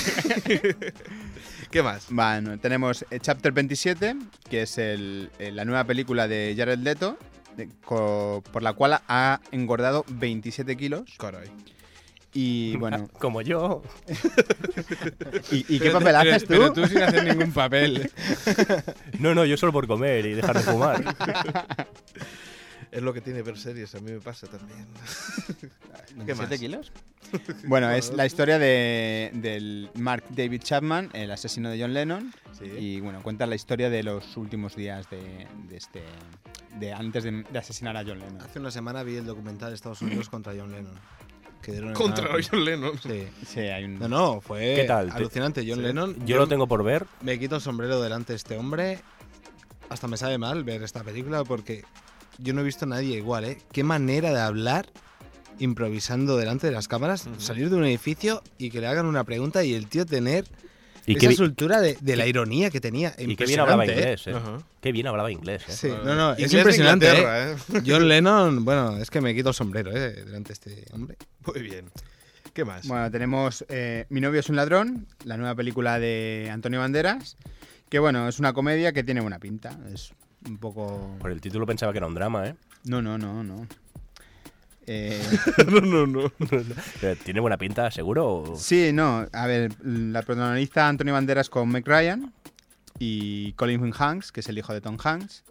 Speaker 2: ¿Qué más?
Speaker 3: Bueno, tenemos eh, Chapter 27, que es el- eh, la nueva película de Jared Leto, de- co- por la cual ha engordado 27 kilos.
Speaker 2: Caray.
Speaker 3: Y bueno,
Speaker 5: Como yo.
Speaker 3: ¿y, y qué papel haces tú?
Speaker 7: Pero tú sin hacer ningún papel.
Speaker 5: No, no, yo solo por comer y dejar de fumar.
Speaker 2: Es lo que tiene ver series, a mí me pasa también. ¿Qué más?
Speaker 3: ¿27 kilos? Bueno, es la historia de, del Mark David Chapman, el asesino de John Lennon,
Speaker 2: Sí.
Speaker 3: y bueno, cuenta la historia de los últimos días de, de este de antes de, de asesinar a John Lennon.
Speaker 9: Hace una semana vi el documental de Estados Unidos contra John Lennon. Que dieron en
Speaker 2: Contra
Speaker 9: una-
Speaker 2: John Lennon.
Speaker 9: Sí.
Speaker 3: Sí, hay un
Speaker 9: No, no, fue
Speaker 5: ¿Qué tal? Te-
Speaker 9: alucinante. John Lennon.
Speaker 5: Yo lo tengo por ver.
Speaker 9: Me quito el sombrero delante de este hombre. Hasta me sabe mal ver esta película porque yo no he visto a nadie igual, ¿eh? Qué manera de hablar improvisando delante de las cámaras, salir de un edificio y que le hagan una pregunta y el tío tener
Speaker 5: Y
Speaker 9: esa
Speaker 5: qué, bi-
Speaker 9: soltura de, de la ironía que tenía.
Speaker 5: y qué bien hablaba
Speaker 9: Impresionante, ¿eh?
Speaker 5: inglés, ¿eh? Qué bien hablaba inglés, ¿eh?
Speaker 9: Sí,
Speaker 2: Ah.
Speaker 9: no, no,
Speaker 2: Inglés
Speaker 9: es
Speaker 2: de
Speaker 9: impresionante. ¿eh?
Speaker 2: Inglaterra, ¿eh?
Speaker 9: John Lennon, bueno, es que me quito el sombrero, ¿eh? Delante de este hombre.
Speaker 2: Muy bien. ¿Qué más?
Speaker 3: Bueno, tenemos eh, Mi novio es un ladrón, la nueva película de Antonio Banderas, que bueno, es una comedia que tiene buena pinta, es un poco...
Speaker 5: Por el título pensaba que era un drama, ¿eh?
Speaker 3: No, no, no, no. Eh,
Speaker 2: no, no, no.
Speaker 5: Pero ¿Tiene buena pinta, seguro? o-
Speaker 3: sí, no, a ver, la protagonista Antonio Banderas con Meg Ryan y Colin Hanks, que es el hijo de Tom Hanks,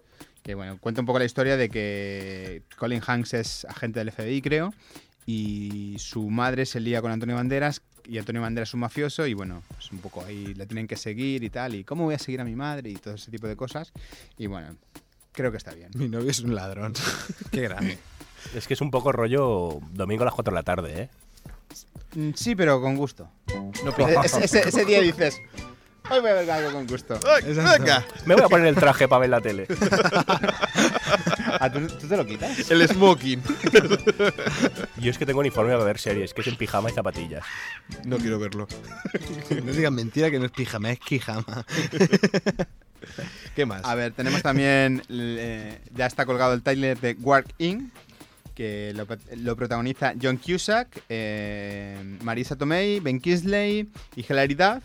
Speaker 3: que bueno, cuenta un poco la historia de que Colin Hanks es agente del FBI, creo, y su madre se lía con Antonio Banderas y Antonio Banderas es un mafioso y bueno, es un poco ahí la tienen que seguir y tal y cómo voy a seguir a mi madre y todo ese tipo de cosas y bueno, creo que está bien.
Speaker 9: Mi novio es un ladrón. Qué grande.
Speaker 5: Es que es un poco rollo domingo a las 4 de la tarde, ¿eh?
Speaker 3: Mm, Sí, pero con gusto. Ese- ese- ese día dices, hoy voy a ver algo con gusto.
Speaker 9: Exacto.
Speaker 2: Venga,
Speaker 5: Me voy a poner el traje para ver la tele.
Speaker 3: Ah, ¿tú, tú te lo quitas?
Speaker 2: el smoking.
Speaker 5: Yo es que tengo uniforme para ver series, que es en pijama y zapatillas.
Speaker 2: No quiero verlo.
Speaker 9: No digas mentira que no es pijama, es quijama.
Speaker 2: ¿Qué más?
Speaker 3: A ver, tenemos también. eh, ya está colgado el trailer de Work In, que lo, lo protagoniza John Cusack, eh, Marisa Tomei, Ben Kisley y Hilary Duff.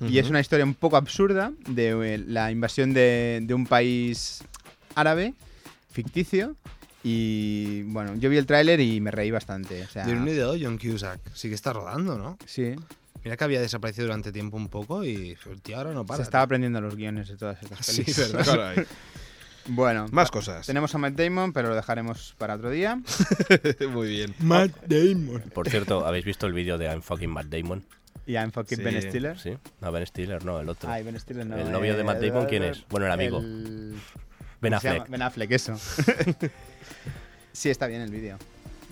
Speaker 3: Y es una historia un poco absurda de eh, la invasión de, de un país árabe ficticio. Y bueno, yo vi el tráiler y me reí bastante. O sea,
Speaker 9: De un ideado John Cusack. Sí que está rodando, ¿no?
Speaker 3: sí,
Speaker 9: Mira que había desaparecido durante tiempo un poco y el tío ahora no para.
Speaker 3: se estaba aprendiendo los guiones de todas estas
Speaker 9: Sí,
Speaker 3: pelis.
Speaker 9: verdad.
Speaker 2: Caray.
Speaker 3: Bueno,
Speaker 2: Más cosas.
Speaker 3: tenemos a Matt Damon, pero lo dejaremos para otro día.
Speaker 2: Muy bien.
Speaker 9: Matt Damon.
Speaker 5: Por cierto, ¿habéis visto el vídeo de I'm fucking Matt Damon?
Speaker 3: Y I'm fucking
Speaker 2: Sí.
Speaker 3: Ben Stiller.
Speaker 5: ¿Sí? No, Ben Stiller, no, el otro.
Speaker 3: Ay, Ben Stiller no. eh,
Speaker 5: ¿El novio de Matt Damon quién es? Bueno, el amigo.
Speaker 3: el-
Speaker 5: Ben
Speaker 3: ¿cómo se llama?
Speaker 5: Affleck.
Speaker 3: Ben Affleck, eso. sí, está bien el vídeo.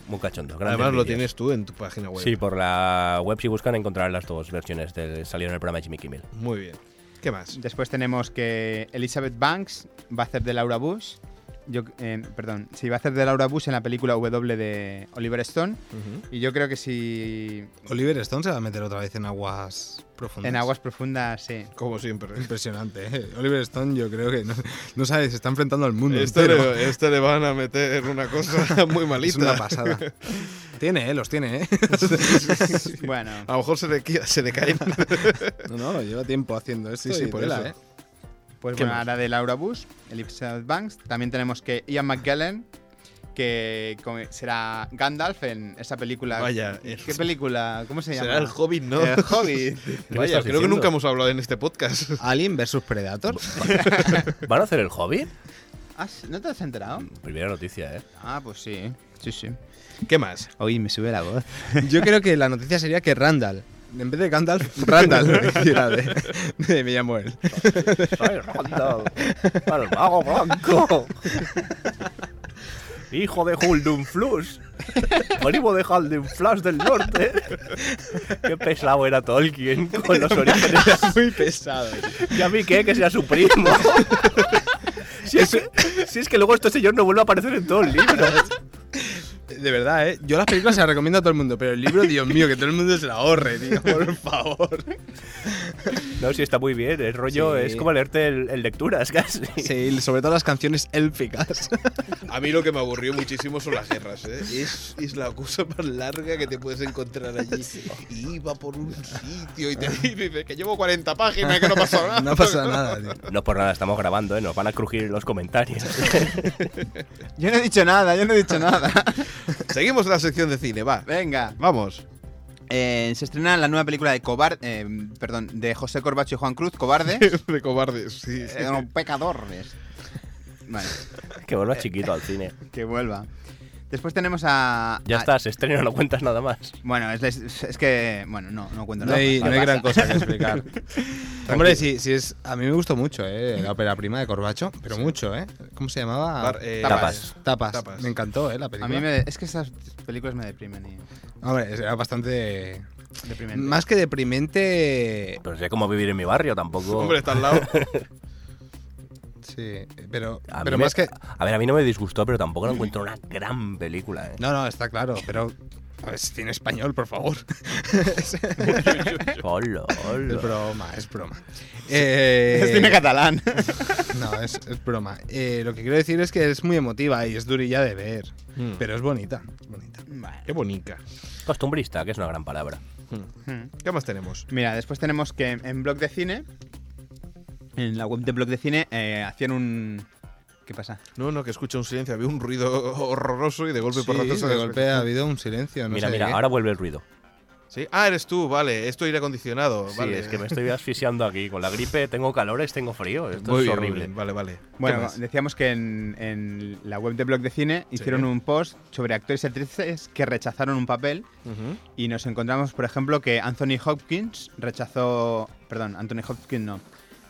Speaker 5: Muy cachondo. grandes
Speaker 2: Además lo
Speaker 5: vídeos.
Speaker 2: tienes tú en tu página web.
Speaker 5: Sí, por la web si buscan encontrarán las dos versiones del salido en el programa de Jimmy Kimmel.
Speaker 2: Muy bien. ¿Qué más?
Speaker 3: Después tenemos que Elizabeth Banks va a hacer de Laura Bush. Yo, eh, perdón, sí, va a hacer de Laura Bush en la película W de Oliver Stone. Y yo creo que si
Speaker 9: Oliver Stone se va a meter otra vez en aguas
Speaker 5: Pues
Speaker 9: profundas.
Speaker 3: en aguas profundas, sí.
Speaker 2: Como siempre. Este
Speaker 9: Impresionante, ¿eh? Oliver Stone yo creo que no, no sabe, se está enfrentando al mundo.
Speaker 2: Este
Speaker 9: entero.
Speaker 2: le, este le van a meter una cosa muy
Speaker 9: Es
Speaker 2: malita.
Speaker 9: una pasada. Tiene, ¿eh? Los tiene, ¿eh?
Speaker 3: Bueno,
Speaker 2: A lo mejor se le, qui- se le caen.
Speaker 9: No, no, lleva tiempo haciendo esto.
Speaker 2: Sí, sí,
Speaker 9: y
Speaker 2: por
Speaker 9: tela,
Speaker 2: eso.
Speaker 9: ¿eh?
Speaker 3: pues
Speaker 2: ¿Qué
Speaker 3: bueno,
Speaker 2: más?
Speaker 3: ahora de Laura Bush, Elizabeth Banks. También tenemos que Ian McKellen, que co- será Gandalf en esa película.
Speaker 2: Vaya,
Speaker 3: ¿Qué
Speaker 2: el-
Speaker 3: película? ¿Cómo se llama?
Speaker 2: Será el Hobbit, ¿no?
Speaker 9: Eh,
Speaker 3: El Hobbit.
Speaker 5: me
Speaker 2: Vaya,
Speaker 5: estás
Speaker 2: creo que
Speaker 5: diciendo?
Speaker 2: nunca hemos hablado en este podcast.
Speaker 9: Alien versus Predator.
Speaker 5: ¿Van a hacer el hobby?
Speaker 3: Ah, sí, ¿No te has enterado?
Speaker 9: Mm.
Speaker 5: Primera noticia, ¿eh?
Speaker 3: Ah, pues sí. Sí, sí.
Speaker 2: ¿Qué más?
Speaker 3: Hoy me sube la voz.
Speaker 9: Yo creo que la noticia sería que Randall, en vez de Gandalf, Randall lo hiciera de- de- me llamo él.
Speaker 5: ¡Soy Randall! ¡El mago blanco! hijo de Huldunflus, primo de Huldunflus del norte. Qué pesado era Tolkien con los orígenes.
Speaker 9: ¿eh?
Speaker 10: Muy pesado.
Speaker 5: Y a mí qué, que sea su primo. Si es, que, si es que luego este señor no vuelve a aparecer en todo el libro.
Speaker 9: De verdad, ¿eh? Yo las películas se las recomiendo a todo el mundo, pero el libro, Dios mío, que todo el mundo se la ahorre, tío, por favor.
Speaker 5: No, sí, está muy bien. El rollo
Speaker 9: Sí.
Speaker 5: es como leerte el, el lecturas casi.
Speaker 9: Sí, sobre todo las canciones élficas.
Speaker 2: A mí lo que me aburrió muchísimo son las guerras, ¿eh? Es, es la cosa más larga que te puedes encontrar allí. Y iba por un sitio y te y dices que llevo 40 páginas, que no pasó nada.
Speaker 9: No pasa nada, tío.
Speaker 5: No por nada estamos grabando, ¿eh? Nos van a crujir los comentarios.
Speaker 3: Yo no he dicho nada, yo no he dicho nada.
Speaker 2: Seguimos la sección de cine, va.
Speaker 3: Venga.
Speaker 2: Vamos.
Speaker 3: Eh, se estrena la nueva película de Cobar, eh, perdón, de José Corbacho y Juan Cruz, Cobarde.
Speaker 2: De cobardes, sí. sí.
Speaker 3: Eh, no, pecadores. Vale,
Speaker 5: que
Speaker 9: Eh,
Speaker 5: vuelva chiquito al cine.
Speaker 3: que vuelva. Después tenemos a.
Speaker 5: Ya
Speaker 9: ah.
Speaker 3: a-
Speaker 5: está, se estrena, no cuentas nada más.
Speaker 3: Bueno, es, es- es que. Bueno, no, no pues, cuento
Speaker 9: No
Speaker 3: nada.
Speaker 9: hay, no
Speaker 3: Vale,
Speaker 9: hay
Speaker 3: basta.
Speaker 9: gran cosa que explicar. Hombre, sí, sí es. A mí me gustó mucho, ¿eh? La ópera prima de Corbacho, pero mucho, ¿eh? ¿Cómo se llamaba?
Speaker 2: Bar- eh,
Speaker 5: Tapas.
Speaker 9: Tapas.
Speaker 2: Tapas.
Speaker 9: Me encantó, ¿eh? La película.
Speaker 3: A mí me, es que esas películas me deprimen. Y,
Speaker 9: Hombre, era bastante.
Speaker 3: deprimente.
Speaker 9: Más que deprimente.
Speaker 5: Pero sé cómo vivir en mi barrio tampoco.
Speaker 2: Hombre, está al lado.
Speaker 9: Sí, pero,
Speaker 5: A mí
Speaker 9: pero
Speaker 5: me-
Speaker 9: más que.
Speaker 5: A ver, a mí no me disgustó, pero tampoco la encuentro una gran película, ¿eh?
Speaker 9: No, no, está claro, pero. A ver, si tiene español, por favor.
Speaker 5: Solo, solo.
Speaker 9: Es broma, es broma. Eh,
Speaker 3: Es cine catalán.
Speaker 9: No, es, es broma. Eh, lo que quiero decir es que es muy emotiva y es durilla de ver.
Speaker 2: Mm.
Speaker 9: Pero es bonita. es bonita.
Speaker 3: Vale.
Speaker 2: Qué bonita.
Speaker 5: Costumbrista, que es una gran palabra.
Speaker 2: Hmm. ¿Qué más tenemos?
Speaker 3: Mira, después tenemos que en Blog de Cine, en la web de Blog de Cine, eh, hacían un... ¿Qué pasa?
Speaker 2: No, no, que escucha un silencio. Había un ruido horroroso y de golpe por
Speaker 9: Sí,
Speaker 2: rato se
Speaker 9: de
Speaker 2: despertó.
Speaker 9: golpe ha habido un silencio. No
Speaker 5: mira,
Speaker 9: sé ¿eh? de
Speaker 5: mira,
Speaker 9: qué.
Speaker 5: ahora vuelve el ruido.
Speaker 2: Sí. Ah, eres tú, vale. Esto aire acondicionado.
Speaker 5: Sí,
Speaker 2: Pues vale.
Speaker 5: es que me estoy asfixiando aquí. Con la gripe tengo calores, tengo frío. Esto
Speaker 2: Muy bien,
Speaker 5: es
Speaker 2: muy
Speaker 5: horrible.
Speaker 2: bien, Vale, vale.
Speaker 3: Bueno, decíamos que en, en la web de Blog de Cine hicieron un post sobre actores y actrices que rechazaron un papel
Speaker 2: Ujú.
Speaker 3: y nos encontramos, por ejemplo, que Anthony Hopkins rechazó... Perdón, Anthony Hopkins no.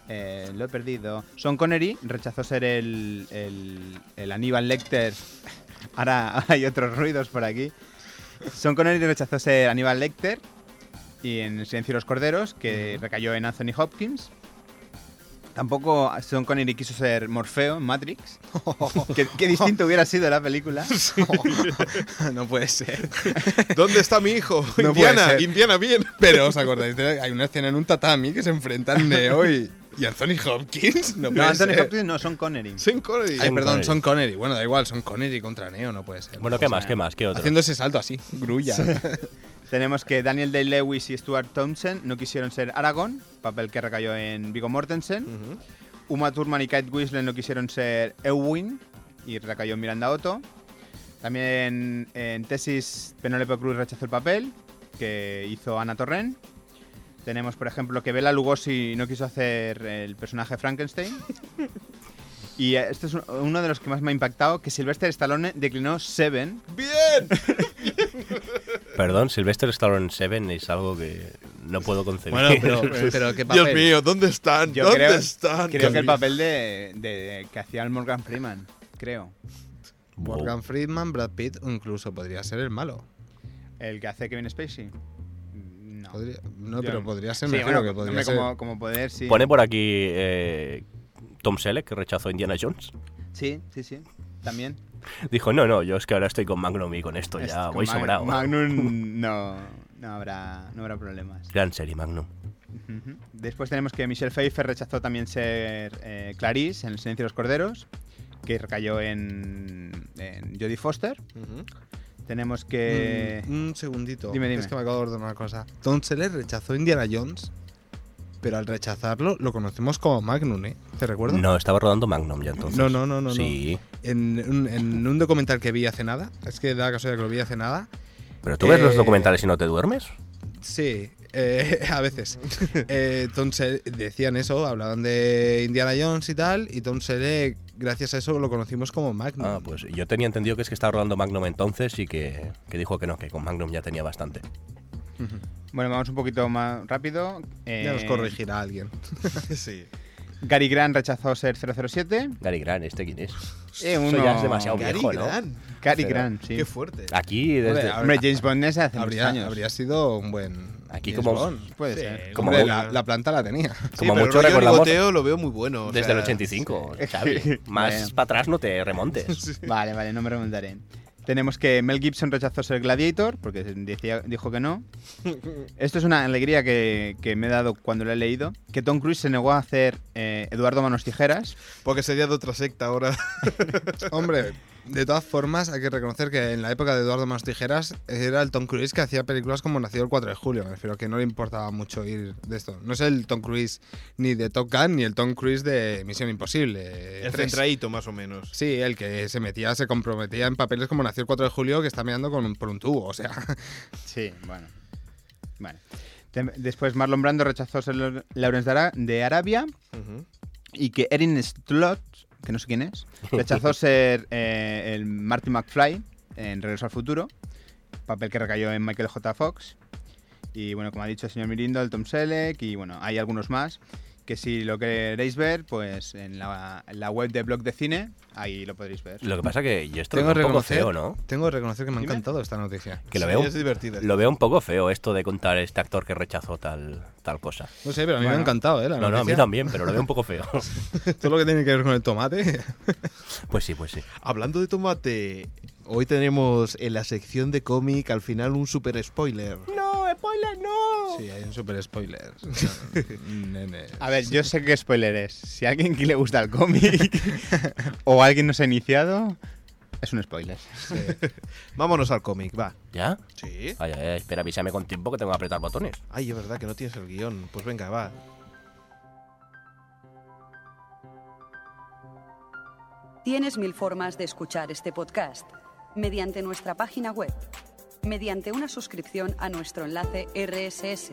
Speaker 3: Eh, lo he perdido. Sean Connery rechazó ser el, el, el Aníbal Lecter. Ahora, ahora hay otros ruidos por aquí. Sean Connery rechazó ser Aníbal Lecter y en El Silencio de los Corderos, que recayó en Anthony Hopkins. Tampoco Sean Connery quiso ser Morfeo en Matrix. qué, qué distinto hubiera sido la película.
Speaker 9: no puede ser.
Speaker 2: ¿Dónde está mi hijo?
Speaker 9: No
Speaker 2: Indiana,
Speaker 9: puede ser.
Speaker 2: Indiana, bien.
Speaker 9: Pero os acordáis, de- hay una escena en un tatami que se enfrentan Neo y, y Anthony Hopkins. No,
Speaker 3: No,
Speaker 9: puede
Speaker 3: Anthony
Speaker 9: ser.
Speaker 3: Hopkins no, Sean Connery.
Speaker 2: Sean Connery.
Speaker 9: Ay,
Speaker 5: Sean
Speaker 9: perdón,
Speaker 5: Connery.
Speaker 9: son Connery. Bueno, da igual, son Connery contra Neo, no puede ser.
Speaker 5: Bueno, ¿qué más? ¿Qué más? ¿Qué otro?
Speaker 9: Haciendo ese salto así, grulla.
Speaker 3: Tenemos que Daniel Day-Lewis y Stuart Thompson no quisieron ser Aragorn, papel que recayó en Viggo Mortensen.
Speaker 2: Ujú.
Speaker 3: Uma Thurman y Kate Winslet no quisieron ser Ewin y recayó en Miranda Otto. También en tesis Penélope Cruz rechazó el papel que hizo Ana Torrent. Tenemos, por ejemplo, que Bela Lugosi no quiso hacer el personaje Frankenstein. Y eh, este es un- uno de los que más me ha impactado, que Sylvester Stallone declinó Seven.
Speaker 2: Bien.
Speaker 5: Perdón, Sylvester Stallone 7 es algo que no puedo concebir.
Speaker 9: bueno, pero, pero qué papel.
Speaker 2: Dios mío, ¿dónde están?
Speaker 3: Yo
Speaker 2: ¿Dónde
Speaker 3: creo,
Speaker 2: están?
Speaker 3: creo que el papel de, de- que hacía el Morgan Freeman, creo.
Speaker 5: Wow.
Speaker 9: Morgan Friedman, Brad Pitt, o incluso podría ser el malo.
Speaker 3: El que hace Kevin Spacey. Mm, No.
Speaker 9: Podría- no,
Speaker 3: Yo-
Speaker 9: pero podría ser
Speaker 3: Sí,
Speaker 9: mejor
Speaker 3: bueno,
Speaker 9: que podría
Speaker 3: hombre,
Speaker 9: ser.
Speaker 3: Como, como poder, sí.
Speaker 5: Pone por aquí eh, Tom Selleck, que rechazó Indiana Jones.
Speaker 3: Sí, sí, sí. También.
Speaker 5: Dijo, no, no, yo es que ahora estoy con Magnum y con esto
Speaker 3: Es-
Speaker 5: Pues ya
Speaker 3: con
Speaker 5: voy
Speaker 3: Mag-
Speaker 5: sobrado.
Speaker 3: Magnum no, no, habrá, no habrá problemas.
Speaker 5: Gran serie, Magnum.
Speaker 3: Ujú. Después tenemos que Michelle Pfeiffer rechazó también ser eh, Clarice en El silencio de los corderos, que recayó en, en Jodie Foster.
Speaker 2: Ujú.
Speaker 3: Tenemos que...
Speaker 9: Mm, un segundito.
Speaker 3: Dime, dime.
Speaker 9: Es que me acabo de ordenar una cosa. Tom Selleck rechazó Indiana Jones, pero al rechazarlo lo conocemos como Magnum, ¿eh? ¿Te recuerdas?
Speaker 5: No, estaba rodando Magnum ya entonces.
Speaker 9: No, no, no, no. no.
Speaker 5: sí,
Speaker 9: En, un, en un documental que vi hace nada, es que da la casualidad que lo vi hace nada.
Speaker 5: pero tú ves los
Speaker 9: Eh,
Speaker 5: documentales y no te duermes.
Speaker 9: Sí, eh, a veces. Eh, Tom Selleck- decían eso, hablaban de Indiana Jones y tal, y Tom Selleck, gracias a eso, lo conocimos como Magnum.
Speaker 5: Ah, pues yo tenía entendido que es que estaba rodando Magnum entonces y que, que dijo que no, que con Magnum ya tenía bastante.
Speaker 3: Bueno, vamos un poquito más rápido.
Speaker 9: Ya nos
Speaker 3: Eh,
Speaker 9: corregirá alguien.
Speaker 2: Sí.
Speaker 3: Gary Grant rechazó ser 007.
Speaker 5: Gary Grant, ¿este quién es?
Speaker 3: Eh,
Speaker 5: Eso
Speaker 3: uno-
Speaker 5: ya es demasiado
Speaker 2: Gary
Speaker 5: viejo, ¿no?
Speaker 2: Grant.
Speaker 3: Gary
Speaker 5: Pero-
Speaker 3: Grant, sí.
Speaker 2: Qué fuerte.
Speaker 5: Aquí, desde...
Speaker 9: Hombre,
Speaker 3: Hombre, James Bond es hace muchos
Speaker 9: Habría,
Speaker 3: años.
Speaker 9: habría sido un buen.
Speaker 5: Aquí
Speaker 9: James
Speaker 5: como-
Speaker 9: Bond.
Speaker 3: Puede
Speaker 2: Sí,
Speaker 3: ser.
Speaker 5: Como-
Speaker 9: Hombre, la, la planta la tenía.
Speaker 2: Sí,
Speaker 5: como
Speaker 2: pero
Speaker 5: mucho
Speaker 2: rollo
Speaker 5: recordamos-
Speaker 2: ligoteo lo veo muy bueno. o
Speaker 5: desde
Speaker 2: sea,
Speaker 5: el 85,
Speaker 3: sí.
Speaker 5: Xavi. Más
Speaker 3: Vaya.
Speaker 5: para atrás no te remontes.
Speaker 3: Vale, vale, no me remontaré. Tenemos que Mel Gibson rechazó ser Gladiator, porque decía- dijo que no. Esto es una alegría que, que me he dado cuando lo he leído. Que Tom Cruise se negó a hacer eh, Eduardo Manos Tijeras.
Speaker 2: Porque sería de otra secta ahora.
Speaker 9: Hombre, de todas formas, hay que reconocer que en la época de Eduardo Manos Tijeras era el Tom Cruise que hacía películas como Nacido el 4 de julio. Me refiero que no le importaba mucho ir de esto. No es el Tom Cruise ni de Top Gun ni el Tom Cruise de Misión Imposible.
Speaker 2: El
Speaker 9: tres.
Speaker 2: centradito, más o menos.
Speaker 9: Sí, el que se metía, se comprometía en papeles como Nació el 4 de julio, que está meando con, un- por un tubo, o sea.
Speaker 3: Sí, bueno. Vale. Tem- Después Marlon Brando rechazó ser Lor- Lawrence de Ara- de Arabia.
Speaker 2: Ujú.
Speaker 3: Y que Erin Slot, que no sé quién es, rechazó ser eh, el Marty McFly en Regreso al Futuro, papel que recayó en Michael J. Fox. Y bueno, como ha dicho el señor Mirindo, el Tom Selleck, y bueno, hay algunos más, que si lo queréis ver, pues en la, en la web de Blog de Cine, ahí lo podréis ver.
Speaker 5: Lo que pasa que yo esto
Speaker 9: Tengo
Speaker 5: lo veo
Speaker 9: que
Speaker 5: un poco
Speaker 9: reconocer-
Speaker 5: feo, ¿no?
Speaker 9: Tengo que reconocer que me ha
Speaker 3: Dime.
Speaker 9: encantado esta noticia.
Speaker 5: Que lo
Speaker 2: Sí,
Speaker 5: veo,
Speaker 2: Es divertida.
Speaker 5: lo veo un poco feo esto de contar este actor que rechazó tal, tal cosa.
Speaker 9: No sé, pero a mí me
Speaker 3: Bueno.
Speaker 9: ha encantado, ¿eh? La
Speaker 5: No, no, a mí
Speaker 9: noticia.
Speaker 5: también, pero lo veo un poco feo.
Speaker 9: Todo lo que tiene que ver con el tomate.
Speaker 5: Pues sí, pues sí.
Speaker 2: Hablando de tomate, hoy tenemos en la sección de cómic al final un super spoiler.
Speaker 9: Sí, hay un super spoiler. Nene.
Speaker 3: A ver, yo sé que spoiler es. Si a alguien que le gusta el cómic o alguien no se ha iniciado, es un spoiler.
Speaker 2: Vámonos al cómic, va.
Speaker 5: ¿Ya?
Speaker 2: Sí.
Speaker 5: Ay, ay, ay, espera, avísame con tiempo que tengo que apretar botones.
Speaker 2: Ay, es verdad que no tienes el guión. Pues venga, va.
Speaker 1: Tienes mil formas de escuchar este podcast. Mediante nuestra página web, mediante una suscripción a nuestro enlace RSS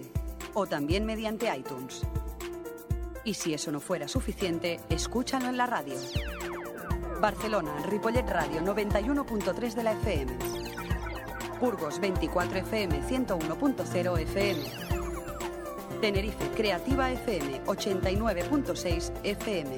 Speaker 1: o también mediante iTunes. Y si eso no fuera suficiente, escúchalo en la radio. Barcelona, Ripollet Radio 91.3 de la FM. Burgos 24 FM 101.0 FM. Tenerife Creativa FM 89.6 FM.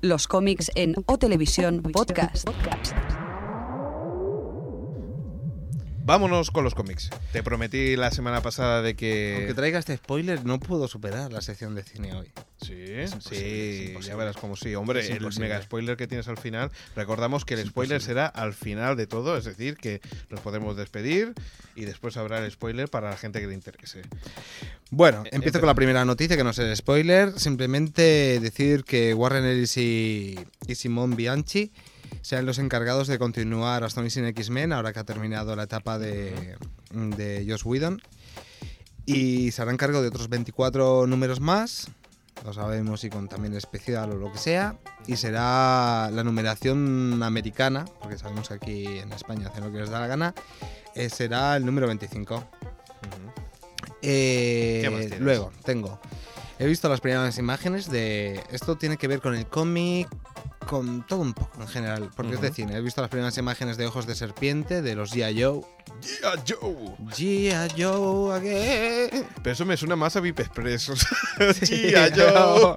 Speaker 1: Los cómics en O Televisión Podcast.
Speaker 2: Vámonos con los cómics. Te prometí la semana pasada de
Speaker 9: Aunque
Speaker 2: que.
Speaker 9: traiga este spoiler, no puedo superar la sección de cine hoy.
Speaker 2: ¿eh? Sí,
Speaker 9: imposible, es
Speaker 2: sí,
Speaker 9: imposible.
Speaker 2: ya verás como sí. Hombre,
Speaker 9: Es
Speaker 2: el
Speaker 9: imposible.
Speaker 2: mega spoiler que tienes al final. Recordamos que el spoiler será al final de todo, es decir, que nos podemos despedir y después habrá el spoiler para la gente que le interese.
Speaker 9: Bueno,
Speaker 2: Eh,
Speaker 9: empiezo
Speaker 2: empe-
Speaker 9: con la primera noticia, que no es el spoiler. Simplemente decir que Warren Ellis y, y Simón Bianchi sean los encargados de continuar Aston sin X-Men, ahora que ha terminado la etapa de, de Josh Whedon. Y se harán cargo de otros 24 números más, no sabemos si con también especial o lo que sea. Y será la numeración americana, porque sabemos que aquí en España hacen lo que les da la gana, eh, será el número 25. Eh,
Speaker 2: ¿Qué más tienes?
Speaker 9: luego, tengo. He visto las primeras imágenes de. Esto tiene que ver con el cómic, con todo un poco en general, porque es de
Speaker 2: Ujú.
Speaker 9: cine. He visto las primeras imágenes de Ojos de Serpiente, de los G.I. Joe.
Speaker 2: ¡Yeah, Joe!
Speaker 9: G.I. Joe again.
Speaker 2: Pero eso me suena más a VIP Express. o sea,
Speaker 9: Sí,
Speaker 2: ¡Yeah, Joe!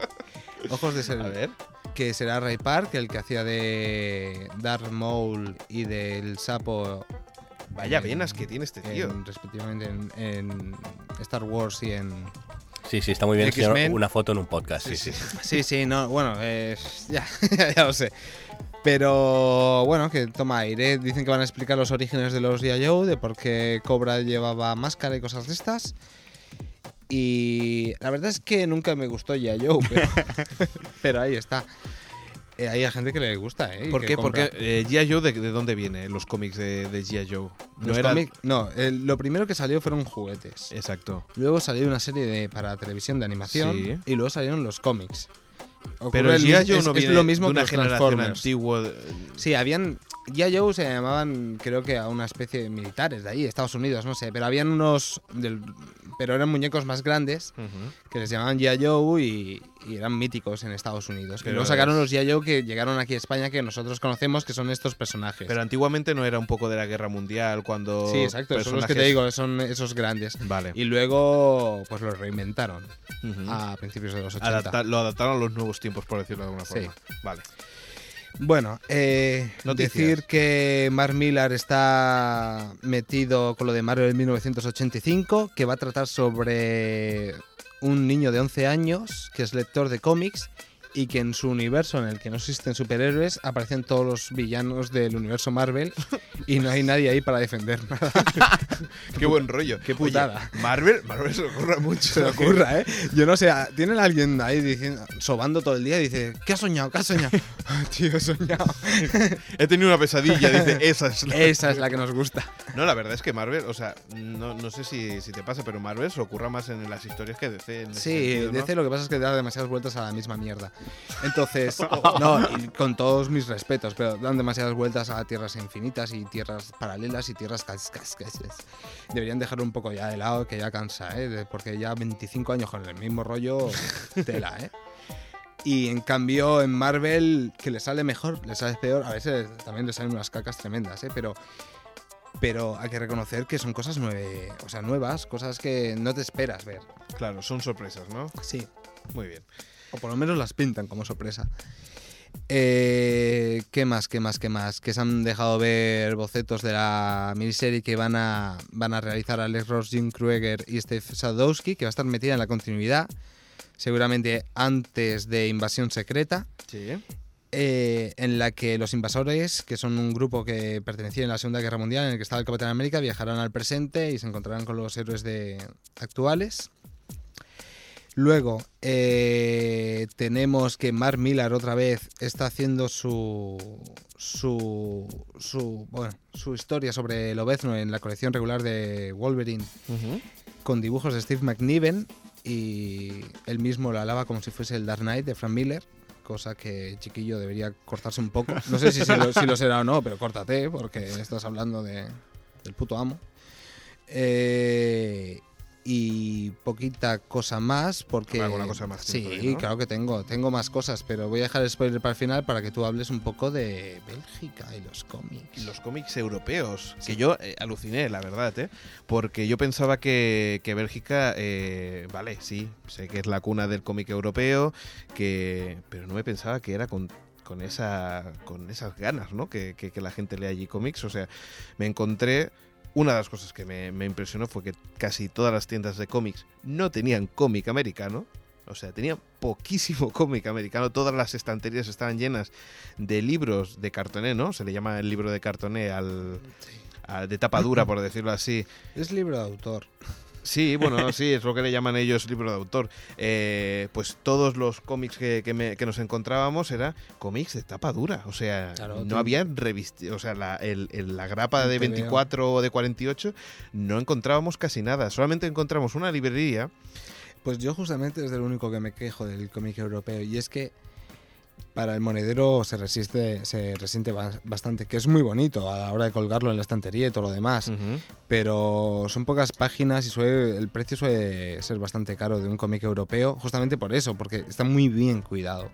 Speaker 9: Ojos de
Speaker 2: A
Speaker 9: Serpiente.
Speaker 2: ver.
Speaker 9: Que será Ray Park, el que hacía de Darth Maul y del sapo.
Speaker 2: Vaya
Speaker 9: en-
Speaker 2: venas que tiene este tío.
Speaker 9: en- respectivamente en, en Star Wars y en.
Speaker 5: Sí, sí, está muy bien enseñar
Speaker 9: X-Men.
Speaker 5: una foto en un podcast. Sí, sí.
Speaker 9: Sí, sí, no, bueno, eh, ya, ya, ya lo sé. Pero bueno, que toma aire. Dicen que van a explicar los orígenes de los G.I. Joe, de por qué Cobra llevaba máscara y cosas de estas. Y la verdad es que nunca me gustó G.I. Joe, pero, pero ahí está. eh, hay a gente que le gusta, ¿eh? y
Speaker 2: ¿Por
Speaker 9: que
Speaker 2: qué?
Speaker 9: compra.
Speaker 2: Porque eh, G.I. Joe, ¿de, de dónde viene los cómics de, de G.I. Joe?
Speaker 9: Los cómic- no, eh, lo primero que salió fueron juguetes.
Speaker 2: Exacto.
Speaker 9: Luego salió una serie de, para televisión de animación
Speaker 2: Sí.
Speaker 9: y luego salieron los cómics.
Speaker 2: Pero
Speaker 9: Ocurre el
Speaker 2: G.I.
Speaker 9: mis-
Speaker 2: Joe
Speaker 9: es-
Speaker 2: no
Speaker 9: es
Speaker 2: viene
Speaker 9: lo mismo
Speaker 2: de una
Speaker 9: que los
Speaker 2: generación
Speaker 9: Transformers.
Speaker 2: antigua. de- eh,
Speaker 9: Sí, habían. Ya Joe se llamaban, creo que a una especie de militares de ahí, Estados Unidos, no sé. Pero habían unos. del- pero eran muñecos más grandes
Speaker 2: Ujú.
Speaker 9: que les llamaban G.I. Joe y, y eran míticos en Estados Unidos.
Speaker 2: Pero
Speaker 9: y luego sacaron
Speaker 2: es-
Speaker 9: los G.I. Joe que llegaron aquí a España que nosotros conocemos, que son estos personajes.
Speaker 2: Pero antiguamente no era un poco de la guerra mundial cuando.
Speaker 9: sí, exacto, son los que te
Speaker 2: personajes-
Speaker 9: digo, son esos grandes.
Speaker 2: Vale.
Speaker 9: Y luego, pues los reinventaron
Speaker 2: Ujú.
Speaker 9: a principios de los 80.
Speaker 2: Adapta- lo adaptaron a los nuevos tiempos, por decirlo de alguna
Speaker 9: Sí.
Speaker 2: forma. Vale.
Speaker 9: Bueno, eh,
Speaker 2: Noticias.
Speaker 9: decir que Mark Millar está metido con lo de Marvel en 1985, que va a tratar sobre un niño de 11 años que es lector de cómics y que en su universo en el que no existen superhéroes aparecen todos los villanos del universo Marvel y no hay nadie ahí para defender nada.
Speaker 2: Qué buen rollo.
Speaker 9: qué putada.
Speaker 2: Oye, Marvel, Marvel se lo ocurra mucho.
Speaker 9: Se le ocurra, ¿eh? Yo no sé, tienen a alguien ahí diciendo, sobando todo el día y dice, ¿qué has soñado? ¿Qué has soñado? Tío, he soñado.
Speaker 2: He tenido una pesadilla, dice, esa es la...
Speaker 9: Esa es la que nos gusta.
Speaker 2: No, la verdad es que Marvel, o sea, no, no sé si, si te pasa, pero Marvel se ocurra más en las historias que DC. en ese
Speaker 9: Sí,
Speaker 2: sentido, ¿no?
Speaker 9: DC lo que pasa es que da demasiadas vueltas a la misma mierda. Entonces, no, y con todos mis respetos, pero dan demasiadas vueltas a tierras infinitas y tierras paralelas y tierras cas- cas- cas- cas. Deberían dejarlo un poco ya de lado, que ya cansa, ¿eh? De- porque ya 25 años con el mismo rollo, tela, ¿eh? Y en cambio en Marvel, que le sale mejor, le sale peor, a veces también le salen unas cacas tremendas, ¿eh? Pero pero hay que reconocer que son cosas nueve, o sea, nuevas, cosas que no te esperas ver.
Speaker 2: Claro, son sorpresas, ¿no?
Speaker 9: Sí,
Speaker 2: Muy bien.
Speaker 9: o por lo menos las pintan como sorpresa. Eh, ¿Qué más? ¿Qué más? ¿Qué más? Que se han dejado ver bocetos de la miniserie que van a, van a realizar Alex Ross, Jim Krueger y Steve Sadowski, que va a estar metida en la continuidad, seguramente antes de Invasión Secreta
Speaker 2: Sí.
Speaker 9: eh, en la que los invasores, que son un grupo que pertenecía en la Segunda Guerra Mundial, en el que estaba el Capitán América, viajarán al presente y se encontrarán con los héroes de actuales. Luego, eh, tenemos que Mark Millar otra vez está haciendo su, su, su, bueno, su historia sobre el obezno en la colección regular de Wolverine con dibujos de Steve McNiven y él mismo la alaba como si fuese el Dark Knight de Frank Miller, cosa que chiquillo debería cortarse un poco. No sé si, se lo, si lo será o no, pero córtate porque estás hablando de, del puto amo. Eh, y poquita cosa más porque...
Speaker 2: Alguna cosa más
Speaker 9: Sí,
Speaker 2: tienes por ahí, ¿no?
Speaker 9: claro que tengo. Tengo más cosas, pero voy a dejar el spoiler para el final para que tú hables un poco de Bélgica y los cómics.
Speaker 2: Los cómics europeos, que yo eh, aluciné, la verdad, ¿eh? Porque yo pensaba que, que Bélgica, eh, vale, sí, sé que es la cuna del cómic europeo, que, pero no me pensaba que era con, con, esa, con esas ganas, ¿no? Que, que- que la gente lea allí cómics. O sea, me encontré... Una de las cosas que me, me impresionó fue que casi todas las tiendas de cómics no tenían cómic americano. O sea, tenían poquísimo cómic americano. Todas las estanterías estaban llenas de libros de cartoné, ¿no? Se le llama el libro de cartoné al, al- de tapa dura, por decirlo así.
Speaker 9: Es libro de autor.
Speaker 2: Sí, bueno, sí, es lo que le llaman ellos libro de autor. Eh, pues todos los cómics que, que me- que nos encontrábamos era cómics de tapa dura. O sea,
Speaker 9: Claro,
Speaker 2: no
Speaker 9: tú-
Speaker 2: había revistas. O sea, la, el- el- la grapa de
Speaker 9: Un TVO.
Speaker 2: 24 o de 48 no encontrábamos casi nada. Solamente encontramos una librería.
Speaker 9: Pues yo justamente es del único que me quejo del cómic europeo y es que para el monedero se resiste, se resiente ba- bastante, que es muy bonito a la hora de colgarlo en la estantería y todo lo demás, pero son pocas páginas y suele, el precio suele ser bastante caro de un cómic europeo, justamente por eso, porque está muy bien cuidado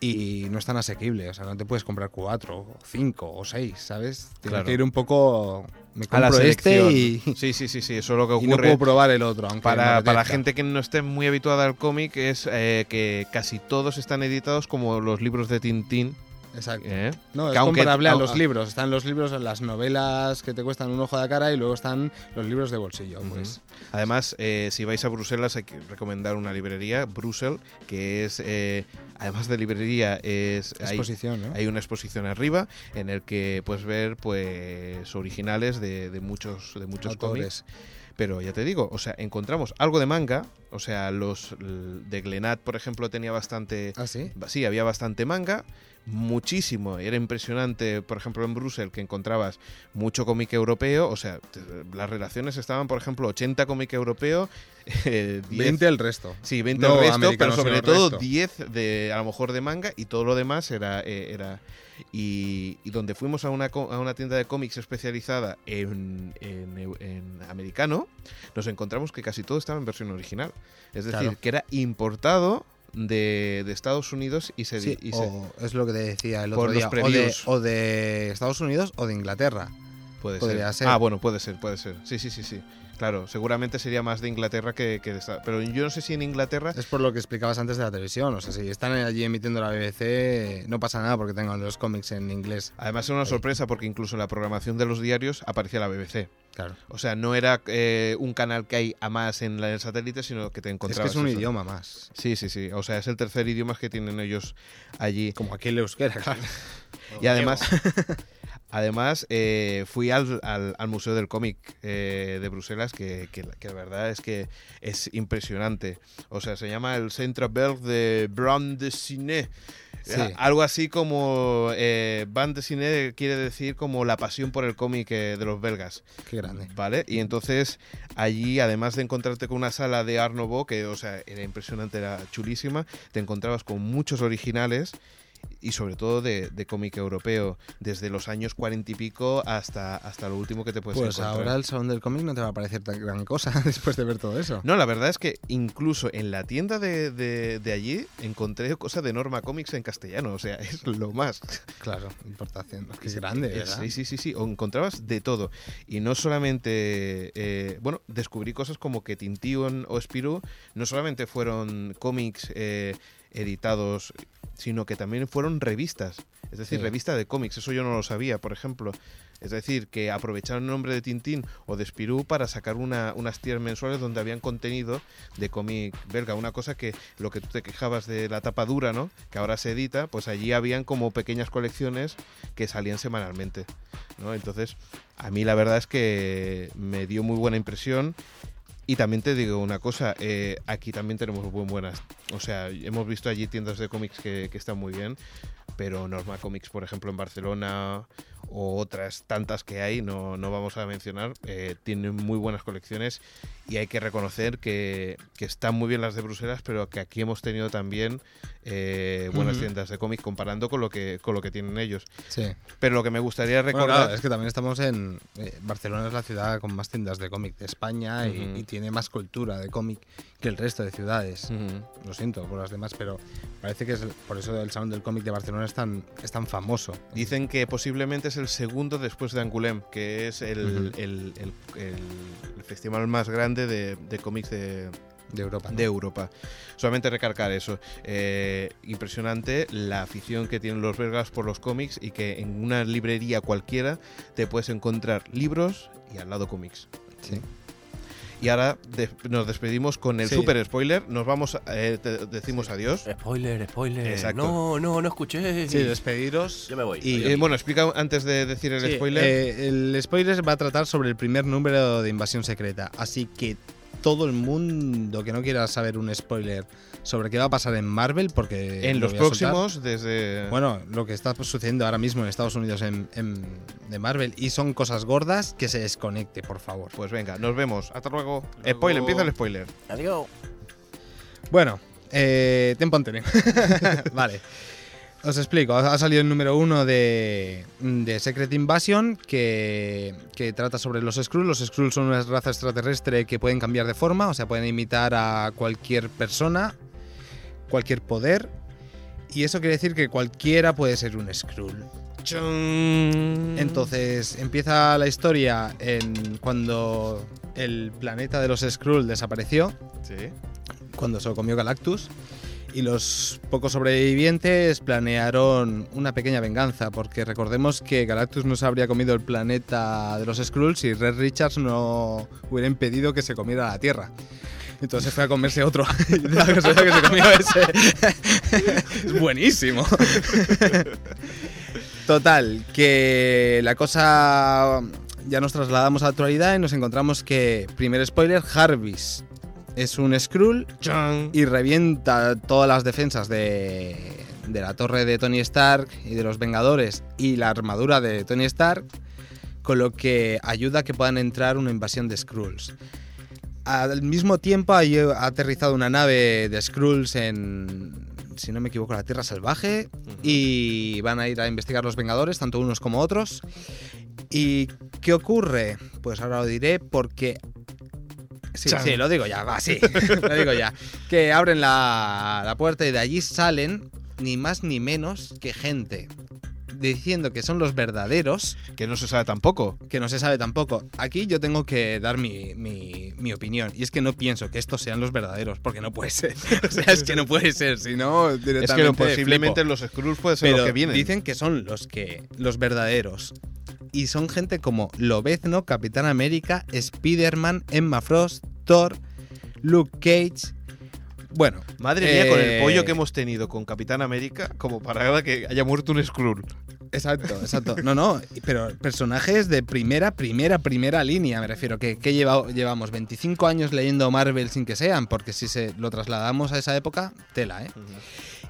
Speaker 9: y no es tan asequible, o sea, no te puedes comprar cuatro, o cinco o seis, ¿sabes? Tienes
Speaker 2: Claro.
Speaker 9: que ir un poco, me
Speaker 2: A la
Speaker 9: compro este y,
Speaker 2: selección. Sí, sí, sí, sí, eso es lo que
Speaker 9: y
Speaker 2: ocurre.
Speaker 9: no puedo probar el otro, aunque me
Speaker 2: Para, para la
Speaker 9: apetezca.
Speaker 2: gente que no esté muy habituada al cómic es eh, que casi todos están editados como los libros de Tintín.
Speaker 9: Exacto.
Speaker 2: ¿eh?
Speaker 9: No,
Speaker 2: Que
Speaker 9: es
Speaker 2: aunque-
Speaker 9: comparable a
Speaker 2: au-
Speaker 9: los
Speaker 2: a-
Speaker 9: libros. Están los libros, las novelas que te cuestan un ojo de la cara y luego están los libros de bolsillo.
Speaker 2: Ujú.
Speaker 9: pues.
Speaker 2: Además, eh, si vais a Bruselas hay que recomendar una librería, Brussel, que es, eh, además de librería, es... hay-
Speaker 9: Exposición, ¿no?
Speaker 2: Hay una exposición arriba en el que puedes ver pues originales de, de muchos de muchos
Speaker 9: Autores.
Speaker 2: cómics. Pero ya te digo, o sea, encontramos algo de manga. O sea, los l- de Glenat, por ejemplo, tenía bastante.
Speaker 9: ¿Ah, sí?
Speaker 2: ba- Sí, había bastante manga. Muchísimo. Era impresionante, por ejemplo, en Bruselas, que encontrabas mucho cómic europeo. O sea, te- las relaciones estaban, por ejemplo, 80 cómic europeo. eh, 10
Speaker 9: 20 el resto.
Speaker 2: Sí, 20
Speaker 9: No,
Speaker 2: al resto, pero
Speaker 9: americanos, sino
Speaker 2: sobre
Speaker 9: el
Speaker 2: todo
Speaker 9: resto.
Speaker 2: 10 de a lo mejor de manga y todo lo demás era. eh, era y, y donde fuimos a una, co- a una tienda de cómics especializada en, en eu- en americano, nos encontramos que casi todo estaba en versión original. Es decir,
Speaker 9: Claro.
Speaker 2: que era importado de, de Estados Unidos y se. di-
Speaker 9: Sí,
Speaker 2: y se-
Speaker 9: o es lo que te decía el
Speaker 2: Por los
Speaker 9: otro día. O de,
Speaker 2: previews.
Speaker 9: o de Estados Unidos o de Inglaterra.
Speaker 2: puede
Speaker 9: podría ser.
Speaker 2: Ah, bueno, puede ser, puede ser. Sí, sí, sí, sí. Claro, seguramente sería más de Inglaterra que, que de Estados Pero yo no sé si en Inglaterra.
Speaker 9: Es por lo que explicabas antes de la televisión. O sea, si están allí emitiendo la BBC, no pasa nada porque tengan los cómics en inglés.
Speaker 2: Además, era una sorpresa porque incluso en la programación de los diarios aparecía la BBC.
Speaker 9: Claro.
Speaker 2: O sea, no era eh, un canal que hay a más en la- en el satélite, sino que te
Speaker 9: Es que
Speaker 2: encontrabas.
Speaker 9: es un
Speaker 2: eso.
Speaker 9: idioma más.
Speaker 2: Sí, sí, sí. O sea, es el tercer idioma que tienen ellos allí.
Speaker 9: Como aquí el euskera, claro.
Speaker 2: Y además, además eh, fui al, al- al Museo del Cómic eh, de Bruselas, que, que la- que la verdad es que es impresionante. O sea, se llama el Centre Belg de Brand de Ciné.
Speaker 9: Sí.
Speaker 2: Eh, Algo así como eh, Band de Ciné quiere decir como la pasión por el cómic eh, de los belgas.
Speaker 9: Qué grande.
Speaker 2: Vale, y entonces allí, además de encontrarte con una sala de Art Nouveau, que o sea, era impresionante, era chulísima, te encontrabas con muchos originales y sobre todo de, de cómic europeo, desde los años cuarenta y pico hasta, hasta lo último que te puedes
Speaker 9: Pues,
Speaker 2: encontrar.
Speaker 9: ahora el salón del cómic no te va a parecer tan gran cosa después de ver todo eso.
Speaker 2: No, la verdad es que incluso en la tienda de, de- de allí encontré cosas de Norma Comics en castellano, o sea, es lo más.
Speaker 9: Claro, importación. Es que es grande,
Speaker 2: Eh,
Speaker 9: ¿verdad?
Speaker 2: Sí, sí, sí, sí. O encontrabas de todo. Y no solamente. eh, bueno, descubrí cosas como que Tintín o Spirou no solamente fueron cómics eh, editados, sino que también fueron revistas. Es decir,
Speaker 9: Sí.
Speaker 2: revista de cómics. Eso yo no lo sabía, por ejemplo. Es decir, que aprovecharon el nombre de Tintín o de Spirou para sacar una- unas tiras mensuales donde habían contenido de cómic belga. Una cosa que lo que tú te quejabas de la tapa dura, ¿no? Que ahora se edita, pues allí habían como pequeñas colecciones que salían semanalmente. ¿no? Entonces, a mí la verdad es que me dio muy buena impresión. Y también te digo una cosa, eh, aquí también tenemos muy buenas. O sea, hemos visto allí tiendas de cómics que, que están muy bien, pero Norma Comics, por ejemplo, en Barcelona o otras tantas que hay, no, no vamos a mencionar, eh, tienen muy buenas colecciones y hay que reconocer que, que están muy bien las de Bruselas, pero que aquí hemos tenido también eh, buenas
Speaker 9: Ujú.
Speaker 2: tiendas de cómics comparando con lo que con lo que tienen ellos.
Speaker 9: Sí.
Speaker 2: Pero lo que me gustaría
Speaker 9: Bueno,
Speaker 2: recordar
Speaker 9: claro, es que también estamos en. eh, Barcelona es la ciudad con más tiendas de cómic de España y-
Speaker 2: Ujú.
Speaker 9: y, tiene más cultura de cómic que el resto de ciudades.
Speaker 2: Ujú.
Speaker 9: Lo siento por las demás, pero parece que es el- por eso el salón del cómic de Barcelona es tan, es tan famoso.
Speaker 2: Dicen que posiblemente es el segundo después de Angoulême, que es el, el- el- el- el festival más grande de, de cómics de,
Speaker 9: de Europa. ¿no?
Speaker 2: de Europa. Solamente recalcar eso. Eh, impresionante la afición que tienen los belgas por los cómics y que en una librería cualquiera te puedes encontrar libros y al lado cómics.
Speaker 9: Sí.
Speaker 2: Y ahora des- nos despedimos con el
Speaker 9: Sí. Eh,
Speaker 2: super spoiler. Nos vamos, a- eh, te- decimos adiós.
Speaker 5: Spoiler, spoiler.
Speaker 2: Exacto.
Speaker 5: No, no, no escuché.
Speaker 9: Sí, despediros.
Speaker 5: Yo me voy.
Speaker 9: Y,
Speaker 5: Adiós.
Speaker 2: Eh, bueno, explica antes de decir el
Speaker 9: Sí,
Speaker 2: spoiler.
Speaker 9: eh, el spoiler va a tratar sobre el primer número de Invasión Secreta. Así que todo el mundo que no quiera saber un spoiler sobre qué va a pasar en Marvel, porque.
Speaker 2: en
Speaker 9: lo
Speaker 2: los
Speaker 9: voy a soltar.
Speaker 2: próximos, desde.
Speaker 9: Bueno, lo que está sucediendo ahora mismo en Estados Unidos en, en- de Marvel. Y son cosas gordas que se desconecte, por favor.
Speaker 2: Pues venga, nos vemos. Hasta luego. Spoiler, empieza el spoiler.
Speaker 5: Adiós.
Speaker 9: Bueno, eh, tempo anterior. vale. Os explico, ha salido el número uno de, de Secret Invasion que, que trata sobre los Skrulls. Los Skrulls son una raza extraterrestre que pueden cambiar de forma, o sea, pueden imitar a cualquier persona, cualquier poder. Y eso quiere decir que cualquiera puede ser un Skrull. Entonces empieza la historia en cuando el planeta de los Skrull desapareció
Speaker 2: Sí.
Speaker 9: cuando se lo comió Galactus. Y los pocos sobrevivientes planearon una pequeña venganza, porque recordemos que Galactus no se habría comido el planeta de los Skrulls si Red Richards no hubiera impedido que se comiera la Tierra. Entonces fue a comerse otro. Y la cosa que se comió ese. es buenísimo. Total, que la cosa ya nos trasladamos a la actualidad y nos encontramos que, primer spoiler, Jarvis es un Skrull y revienta todas las defensas de, de la torre de Tony Stark y de los Vengadores y la armadura de Tony Stark, con lo que ayuda a que puedan entrar una invasión de Skrulls. Al mismo tiempo ha lle- ha aterrizado una nave de Skrulls en, si no me equivoco, la Tierra Salvaje y van a ir a investigar los Vengadores, tanto unos como otros. ¿Y qué ocurre? Pues ahora lo diré porque... Sí, sí, lo digo ya, va, sí, lo digo ya. Que abren la, la puerta y de allí salen ni más ni menos que gente diciendo que son los verdaderos,
Speaker 2: Que no se sabe tampoco.
Speaker 9: que no se sabe tampoco. Aquí yo tengo que dar mi, mi- mi opinión, y es que no pienso que estos sean los verdaderos, porque no puede ser. O sea, es que no puede ser, si no, directamente.
Speaker 2: Es que lo-
Speaker 9: flipo.
Speaker 2: posiblemente los Skrulls puede ser
Speaker 9: Pero
Speaker 2: los que vienen.
Speaker 9: dicen que son los que los verdaderos. Y son gente como Lobezno, Capitán América, Spider-Man, Emma Frost, Thor, Luke Cage. Bueno,
Speaker 2: Madre mía, con el
Speaker 9: eh,
Speaker 2: pollo que hemos tenido con Capitán América, como para que haya muerto un Skrull.
Speaker 9: Exacto, exacto. No, no, pero personajes de primera, primera, primera línea, me refiero. Que, que lleva- llevamos 25 años leyendo Marvel sin que sean, porque si se lo trasladamos a esa época, tela, ¿eh?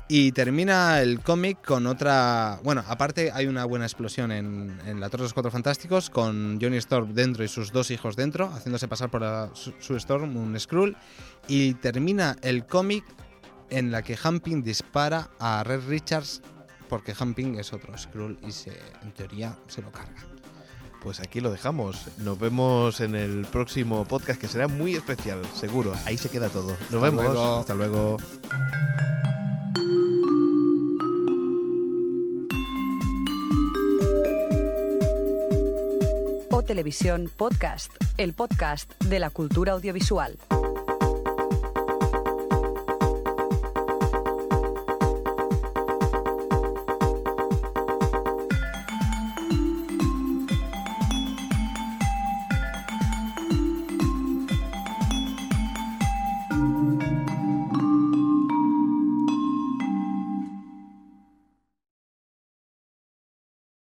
Speaker 9: Y termina el cómic con otra. Bueno, aparte hay una buena explosión en, en La Torre de los Cuatro Fantásticos, con Johnny Storm dentro y sus dos hijos dentro, haciéndose pasar por la- su, su Storm, un Skrull. Y termina el cómic en la que Hamping dispara a Red Richards porque Hamping es otro Skrull y se, en teoría se lo carga.
Speaker 2: Pues aquí lo dejamos. Nos vemos en el próximo podcast que será muy especial, seguro. Ahí se queda todo. Nos vemos.
Speaker 9: luego.
Speaker 2: Hasta luego.
Speaker 1: O Televisión Podcast, el podcast de la cultura audiovisual.